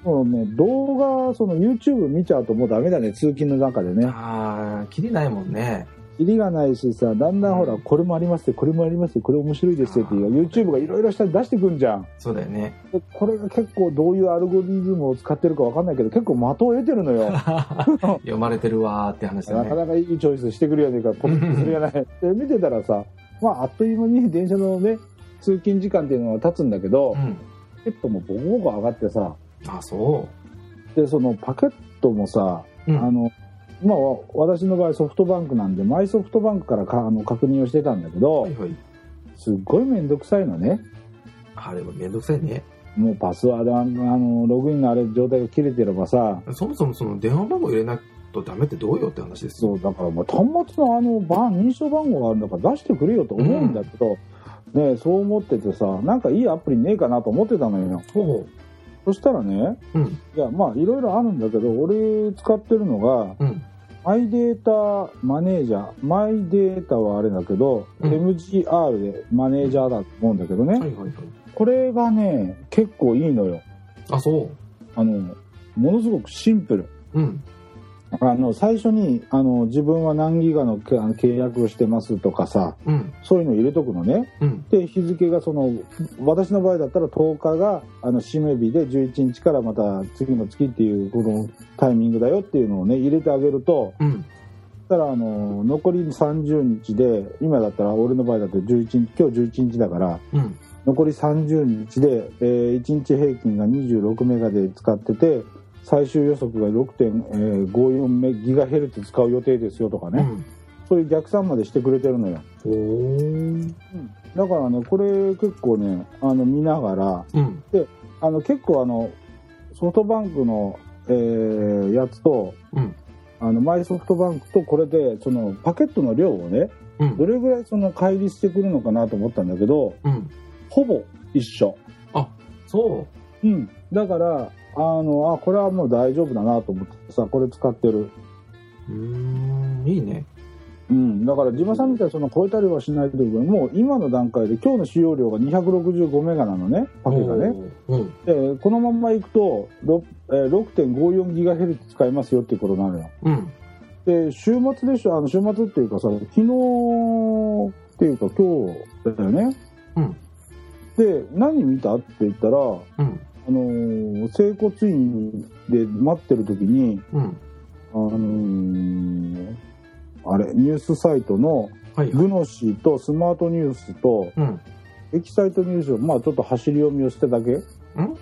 Speaker 1: もうね動画その YouTube 見ちゃうともうダメだね通勤の中でね
Speaker 2: ああきりないもんね
Speaker 1: キリがないしさだんだんほら、
Speaker 2: うん
Speaker 1: これもありますってこれもありますってこれ面白いですよっていう YouTube がいろいろ下に出してくんじゃん
Speaker 2: そうだよね
Speaker 1: でこれが結構どういうアルゴリズムを使ってるかわかんないけど結構的を得てるの よ
Speaker 2: 読まれてるわーって話だ
Speaker 1: なか
Speaker 2: ね
Speaker 1: なかいいチョイスしてくるよねえかポ ッとするやないで見てたらさまああっという間に電車のね通勤時間っていうのは経つんだけど、
Speaker 2: うん
Speaker 1: パケットもボコボコ上がってさ
Speaker 2: あそ
Speaker 1: でそのパケットもさ、
Speaker 2: う、うん、
Speaker 1: あのまあわ私の場合ソフトバンクなんでマイソフトバンクからかあの確認をしてたんだけど、
Speaker 2: はいはい
Speaker 1: すっごい面倒くさいのね
Speaker 2: あれもめんどくさいね
Speaker 1: もうパスワードあのあのログインのあれ状態が切れてればさ
Speaker 2: そもそもその電話番号入れないとダメってどうよって話ですよ
Speaker 1: そうだからもう端末のあの番認証番号があるんだから出してくれよと思うんだけど、ねそう思っててさなんかいいアプリねえかなと思ってたのよ
Speaker 2: ほ
Speaker 1: そしたらね
Speaker 2: ううん
Speaker 1: いやまあいろいろあるんだけど俺使ってるのが
Speaker 2: うん
Speaker 1: マイデータマネージャーマイデータはあれだけど、
Speaker 2: うん
Speaker 1: MGR でマネージャーだと思うんだけどね、
Speaker 2: はいはいはい
Speaker 1: これがね結構いいのよ
Speaker 2: あそ
Speaker 1: あのものすごくシンプル
Speaker 2: ううん
Speaker 1: あの最初にあの自分は何ギガのけあの契約をしてますとかさ
Speaker 2: うん
Speaker 1: そういうの入れとくのね
Speaker 2: うん
Speaker 1: で日付がその私の場合だったら10日があの締め日で11日からまた次の月っていうこのタイミングだよっていうのをね入れてあげると
Speaker 2: うん
Speaker 1: そしたらあの残り30日で今だったら俺の場合だと11日今日11日だから
Speaker 2: うん
Speaker 1: 残り30日で、えー1日平均が26メガで使ってて最終予測が6.54メギガヘルツ使う予定ですよとか
Speaker 2: う
Speaker 1: ね、
Speaker 2: ん
Speaker 1: そういう逆算までしてくれてるのよ
Speaker 2: おー
Speaker 1: だからねこれ結構ねあの見ながら
Speaker 2: うん
Speaker 1: あの結構あのソフトバンクの、えーやつと、
Speaker 2: うん
Speaker 1: あのマイソフトバンクとこれでそのパケットの量をね
Speaker 2: うん
Speaker 1: どれぐらいその乖離してくるのかなと思ったんだけど
Speaker 2: うん
Speaker 1: ほぼ一緒
Speaker 2: そ
Speaker 1: うん、だからあのあこれはもう大丈夫だなと思ってさこれ使ってる、
Speaker 2: ううーんいいね
Speaker 1: うん、だから自馬さんみたいにその超えたりはしないというかもう今の段階で今日の使用量が265メガなのねパケがね
Speaker 2: おーうん
Speaker 1: でこのまんまいくとろえー6.54ギガヘルツ使えますよっていうことになるよ
Speaker 2: うん
Speaker 1: で週末でしょあの週末っていうかさ昨日っていうか今日だよね
Speaker 2: うん
Speaker 1: で何見たって言ったら
Speaker 2: うん
Speaker 1: あのー整骨院で待ってる時に
Speaker 2: うん
Speaker 1: あのーあれニュースサイトの
Speaker 2: はいはい
Speaker 1: グノシーとスマートニュースと
Speaker 2: うん
Speaker 1: エキサイトニュースをまあちょっと走り読みをしてだけ
Speaker 2: ん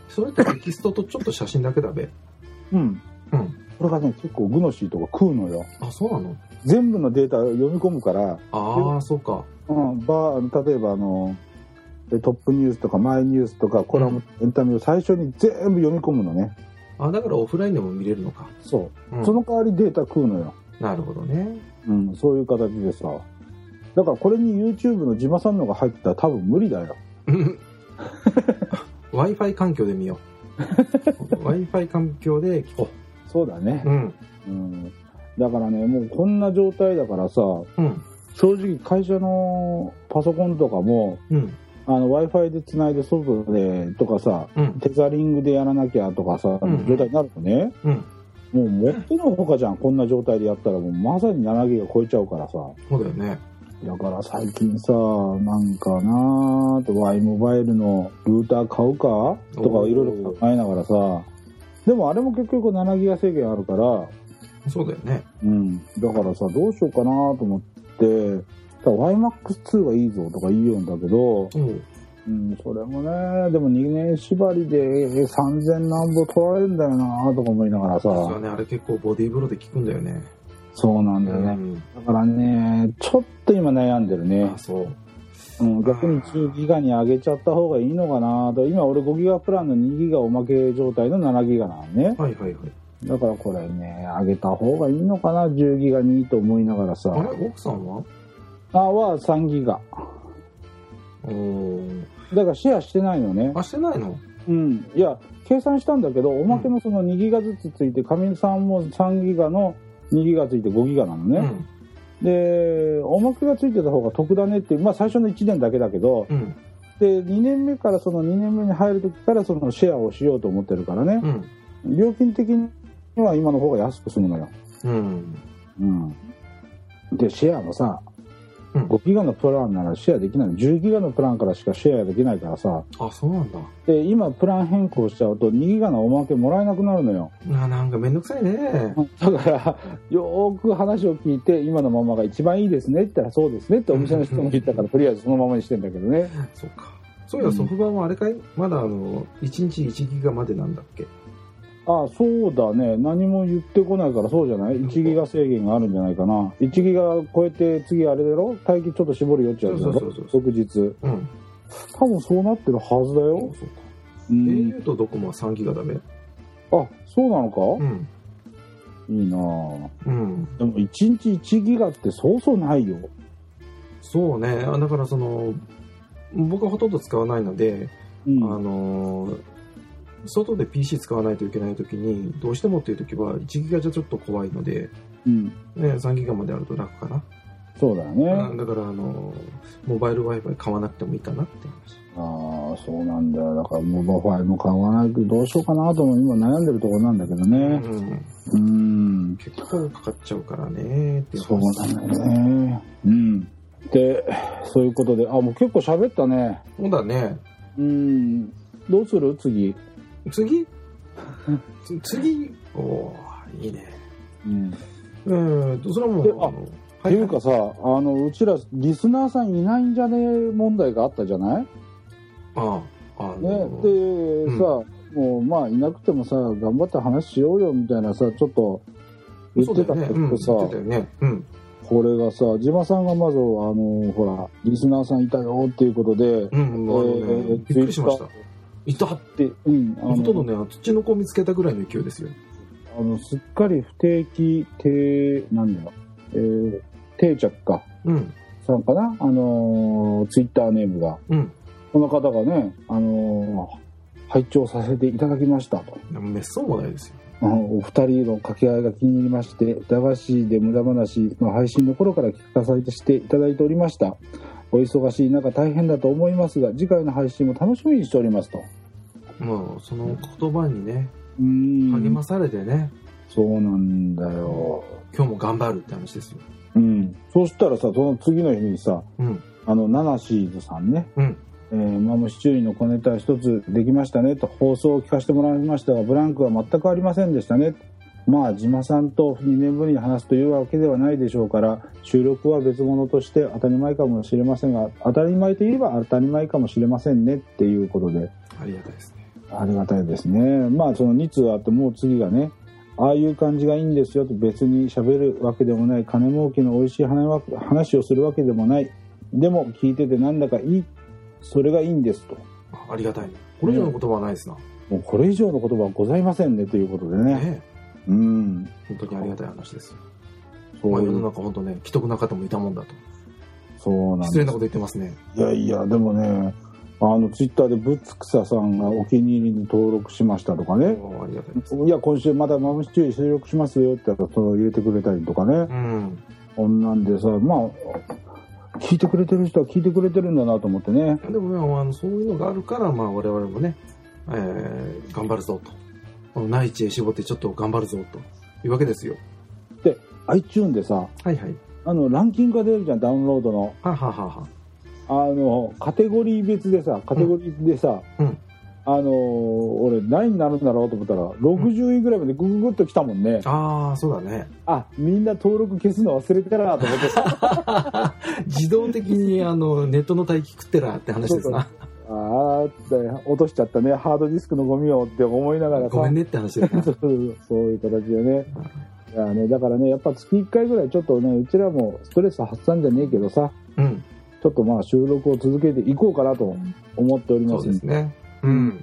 Speaker 2: それってテキストとちょっと写真だけだべ
Speaker 1: うん
Speaker 2: うん
Speaker 1: これがね結構グノシーとか食うのよ
Speaker 2: あそうなの
Speaker 1: 全部のデータを読み込むから、
Speaker 2: ああそうか
Speaker 1: うん、バー例えばあのでトップニュースとかマイニュースとかコラム、エンタメを最初に全部読み込むのね
Speaker 2: あだからオフラインでも見れるのか
Speaker 1: そうう、
Speaker 2: ん
Speaker 1: その代わりデータ食うのよ
Speaker 2: なるほどね
Speaker 1: うん、そういう形でさ。だからこれに YouTube の自マさんのが入ってたら多分無理だよ。
Speaker 2: w i f i 環境で見よ う w i f i 環境で聞こ
Speaker 1: そうだね
Speaker 2: う。うん
Speaker 1: うん。だからね、もうこんな状態だからさ、
Speaker 2: うん
Speaker 1: 正直会社のパソコンとかも、
Speaker 2: うん
Speaker 1: あの Wi-Fi で繋いで外でとかさ、
Speaker 2: うん
Speaker 1: テザリングでやらなきゃとかさ、
Speaker 2: うん
Speaker 1: 状態になるとね、
Speaker 2: うん
Speaker 1: もうもってのほかじゃん、こんな状態でやったらもうまさに7ギが超えちゃうからさ。
Speaker 2: そうだよね
Speaker 1: だから最近さ、なんかなぁと、Y モバイルのルーター買うかとかいろいろ考えながらさ、でもあれも結局7ギガ制限あるから、
Speaker 2: そうだよね
Speaker 1: うん。だからさ、どうしようかなと思って、YMAX2 はいいぞとか言いようんだけど、
Speaker 2: おう
Speaker 1: うん、それもね、でも2年縛りで3000何本取られるんだよなとか思いながら
Speaker 2: 実は
Speaker 1: さ、
Speaker 2: ねあれ結構ボディーブローで効くんだよね
Speaker 1: そうなんだよね。だからね、ちょっと今悩んでるね
Speaker 2: あ。そう
Speaker 1: うん、逆に10ギガに上げちゃった方がいいのかなと今俺5ギガプランの2ギガおまけ状態の7ギガなんね
Speaker 2: はいはいはい。
Speaker 1: だからこれね上げた方がいいのかな10ギガにと思いながらさ
Speaker 2: あれ、奥さんは
Speaker 1: あは3ギガ
Speaker 2: おー
Speaker 1: だからシェアしてないのね
Speaker 2: あ、してないの
Speaker 1: うんいや計算したんだけどおまけのその2ギガずつついてかみさんも3ギガの2ギガついて5ギガなの
Speaker 2: う
Speaker 1: ね、
Speaker 2: ん。
Speaker 1: でおまけがついてた方が得だねってまあ最初の1年だけだけど、
Speaker 2: うん。
Speaker 1: で2年目からその2年目に入る時からそのシェアをしようと思ってるからね
Speaker 2: う、ん。
Speaker 1: 料金的には今の方が安く済むのよ、
Speaker 2: うん。
Speaker 1: うん、でシェアもさ
Speaker 2: うん
Speaker 1: 5ギガのプランならシェアできない10ギガのプランからしかシェアできないからさ
Speaker 2: あ、そうなんだ。
Speaker 1: で今プラン変更しちゃうと2ギガのおまけもらえなくなるのよ
Speaker 2: ななんかめんどくさいね。
Speaker 1: だからよーく話を聞いて今のままが一番いいですねって言ったらそうですねってお店の人も言った からとりあえずそのままにしてんだけどね
Speaker 2: そうか。そういや、
Speaker 1: うん
Speaker 2: ソフ版はあれかいまだあの、1日1ギガまでなんだっけ
Speaker 1: ああそうだね何も言ってこないからそうじゃない1ギガ制限があるんじゃないかな1ギガ超えて次あれだろ待機ちょっと絞るよっちゃうやつだろ
Speaker 2: そうそうそうそ
Speaker 1: 翌日
Speaker 2: うん。
Speaker 1: 多分そうなってるはずだ
Speaker 2: そ
Speaker 1: よ
Speaker 2: う、そうか。
Speaker 1: うん、
Speaker 2: au とドコモは3ギガだべ。
Speaker 1: あそうなの
Speaker 2: う
Speaker 1: か、
Speaker 2: ん。
Speaker 1: いいなあ
Speaker 2: うん。
Speaker 1: でも1日1ギガってそうそうないよ
Speaker 2: そうね。あだからその、僕はほとんど使わないので、
Speaker 1: うん
Speaker 2: あのー外で PC 使わないといけないときに、どうしてもっていうときは、1ギガじゃちょっと怖いので、
Speaker 1: うん
Speaker 2: ね、3ギガまであると楽かな。
Speaker 1: そうだよね、
Speaker 2: うんだから、あのーモバイル Wi-Fi 買わなくてもいいかなって話。
Speaker 1: ああそうなんだよだからモバファイも買わないけどどうしようかなとも今悩んでるところなんだけどね
Speaker 2: う
Speaker 1: う
Speaker 2: ん、
Speaker 1: ん
Speaker 2: 結構かかっちゃうからねっていう
Speaker 1: そう
Speaker 2: 話。
Speaker 1: なんだよね。うん。で、そういうことで、あ、もう結構喋ったね。
Speaker 2: そうだね。
Speaker 1: うん。どうする次。
Speaker 2: 次つ次おーいいね。
Speaker 1: うん。っ
Speaker 2: えーと、それはもう
Speaker 1: で、あ
Speaker 2: あの
Speaker 1: ていうかさ、あの、うちら、リスナーさんいないんじゃねえ問題があったじゃないね。
Speaker 2: ああ、あ
Speaker 1: で、
Speaker 2: のん
Speaker 1: さ、もう、まあ、いなくてもさ、頑張って話しようよ、みたいなさ、ちょっと、言ってた
Speaker 2: そうだ
Speaker 1: け
Speaker 2: よね。うん、
Speaker 1: ど
Speaker 2: 言
Speaker 1: さ、
Speaker 2: ってたよね。うん。
Speaker 1: これがさ、ジマさんがまず、あの、ほら、リスナーさんいたよっていうことで、
Speaker 2: うん、あのね
Speaker 1: えー
Speaker 2: びっくりしました。いた
Speaker 1: で、うん、あ
Speaker 2: ほとんどね、土の子見つけたぐらいの勢いですよ。
Speaker 1: あの、すっかり不定期定、なんだろう、えー、定着か、
Speaker 2: うん、
Speaker 1: さんかな、あのーツイッターネームが。
Speaker 2: うん。
Speaker 1: この方がね、あのー拝聴させていただきましたと。
Speaker 2: めっそうもないですよ。
Speaker 1: あのお二人の掛け合いが気に入りまして、駄菓子で無駄話の配信の頃から聞かされてしていただいておりました。お忙しい中大変だと思いますが、次回の配信も楽しみにしておりますと。
Speaker 2: もう、その言葉にね、
Speaker 1: うーん。
Speaker 2: 励まされてね、
Speaker 1: そうなんだよ。
Speaker 2: 今日も頑張るって話ですよ。
Speaker 1: うん。そしたらさ、その次の日にさ、
Speaker 2: うん、
Speaker 1: あの、ナナシーズさんね。
Speaker 2: うん
Speaker 1: えーマムシチューの小ネタ一つできましたねと放送を聞かせてもらいましたがブランクは全くありませんでしたねまあ自マさんと2年ぶりに話すというわけではないでしょうから収録は別物として当たり前かもしれませんが当たり前といえば当たり前かもしれませんねっていうことで
Speaker 2: ありがたいですね。
Speaker 1: ありがたいですねまあその2通あってもう次がねああいう感じがいいんですよと別に喋るわけでもない金儲けの美味しい話は話をするわけでもないでも聞いててなんだかいいそれがいいんですと
Speaker 2: あありがたいね。これ以上の言葉はないですな。
Speaker 1: もうこれ以上の言葉はございませんねということでね
Speaker 2: ね
Speaker 1: うん
Speaker 2: 本当にありがたい話ですよ。
Speaker 1: そ
Speaker 2: まあ、
Speaker 1: うい
Speaker 2: 世の
Speaker 1: う
Speaker 2: 中本当ね、既得な方もいたもんだと。
Speaker 1: そうなん
Speaker 2: 失
Speaker 1: で
Speaker 2: 礼な
Speaker 1: す
Speaker 2: こと言ってますね。
Speaker 1: いやいやでもねあのツイッターでブッツクサさんがお気に入りに登録しましたとかね
Speaker 2: おーありがたいです。
Speaker 1: いや今週またマムシチュー収録しますよって言ったらそれを入れてくれたりとかね、
Speaker 2: うん。
Speaker 1: こんなんでさ、まあ、聞いてくれてる人は聞いてくれてるんだなと思ってね。
Speaker 2: でもね、あのそういうのがあるから、まあ、我々もね、えー頑張るぞと。この内地へ絞ってちょっと頑張るぞというわけですよ。
Speaker 1: iTune でさ、
Speaker 2: はいはい。
Speaker 1: あの、ランキングが出るじゃん、ダウンロードの。
Speaker 2: はははは。
Speaker 1: あの、カテゴリー別でさ、カテゴリーでさ、
Speaker 2: うん
Speaker 1: あのー俺、何になるんだろうと思ったら、60位ぐらいまでグググッと来たもんね。
Speaker 2: ああ、そうだね。
Speaker 1: あ、みんな登録消すの忘れてたなと思 ってさ、
Speaker 2: 自動的 にあのネットの待機食ってらって話ですな。
Speaker 1: あーって、落としちゃったね、ハードディスクのゴミをって思いながらさ、
Speaker 2: ごめんねって話ですな。
Speaker 1: そうそういう形でね。いやね、だからね、やっぱ月1回ぐらいちょっとね、うちらもストレス発散じゃねえけどさ、
Speaker 2: うん。
Speaker 1: ちょっとまあ収録を続けていこうかなと思っており
Speaker 2: そ
Speaker 1: ま
Speaker 2: う
Speaker 1: す
Speaker 2: ですね。うん。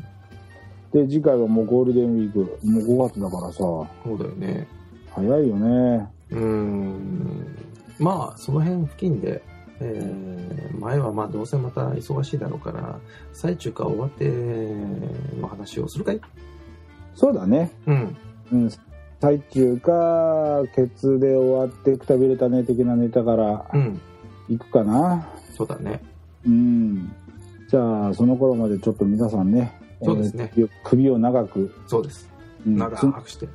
Speaker 1: で次回はもうゴールデンウィークもう5月だからさ
Speaker 2: そうだよね。
Speaker 1: 早いよね
Speaker 2: うーん。まあ、その辺付近で、えー前はまあどうせまた忙しいだろうから、最中か終わっての話をするかい
Speaker 1: そうだね
Speaker 2: うん。
Speaker 1: うん最中かケツで終わってくたびれたね的なネタから
Speaker 2: うん。
Speaker 1: 行くかな
Speaker 2: そうだね。
Speaker 1: うんじゃあその頃までちょっと皆さんね
Speaker 2: そうです
Speaker 1: えー
Speaker 2: ね
Speaker 1: 首を首を長く、
Speaker 2: そうです。
Speaker 1: うん
Speaker 2: 長くして。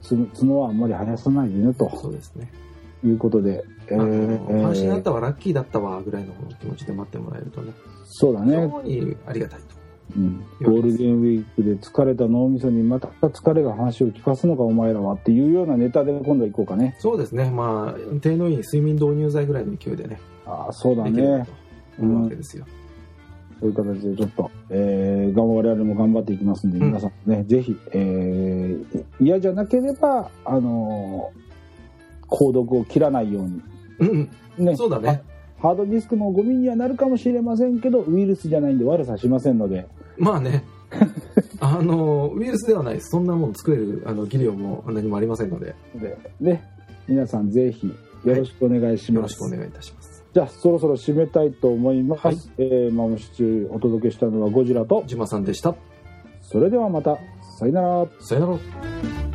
Speaker 1: つつ角はあんまり生やさないでね
Speaker 2: そ
Speaker 1: と
Speaker 2: うですね。
Speaker 1: いうことで、え
Speaker 2: あの、
Speaker 1: ー
Speaker 2: 阪神だったわ、ラッキーだったわ、ぐらいの気持ちで待ってもらえるとね、
Speaker 1: そうだ
Speaker 2: 非
Speaker 1: ね、
Speaker 2: 常にありがたいと。
Speaker 1: うん、ゴールデンウィークで疲れた脳みそにまた疲れが話を聞かすのかお前らはっていうようなネタで今度は行こうかね
Speaker 2: そうですね。まあ、手のいい睡眠導入剤ぐらいの勢いでね、
Speaker 1: ああそうだ
Speaker 2: できれば
Speaker 1: ね
Speaker 2: と思うわけですよ。
Speaker 1: そういう形でちょっと、えー、頑張我々も頑張っていきますんで、
Speaker 2: うん
Speaker 1: 皆さんね、ぜひ、えー、嫌じゃなければ、あのー、購読を切らないように。
Speaker 2: うん、う
Speaker 1: ね
Speaker 2: ん、、そうだね。
Speaker 1: ハードディスクのゴミにはなるかもしれませんけど、ウイルスじゃないんで悪さしませんので、
Speaker 2: まあね。あの、ウイルスではないです。そんなもん作れる、あの、技量も何もありませんので、
Speaker 1: でね、皆さんぜひ、よろしくお願いし
Speaker 2: よ
Speaker 1: ま
Speaker 2: ろ
Speaker 1: す
Speaker 2: し。くお願いいたします。
Speaker 1: じゃあ、そろそろ締めたいと思います。
Speaker 2: はい
Speaker 1: えー、マムシチューお届けしたのはゴジラと、
Speaker 2: ジマさんでした。
Speaker 1: それではまた、さよなら。
Speaker 2: さよなら。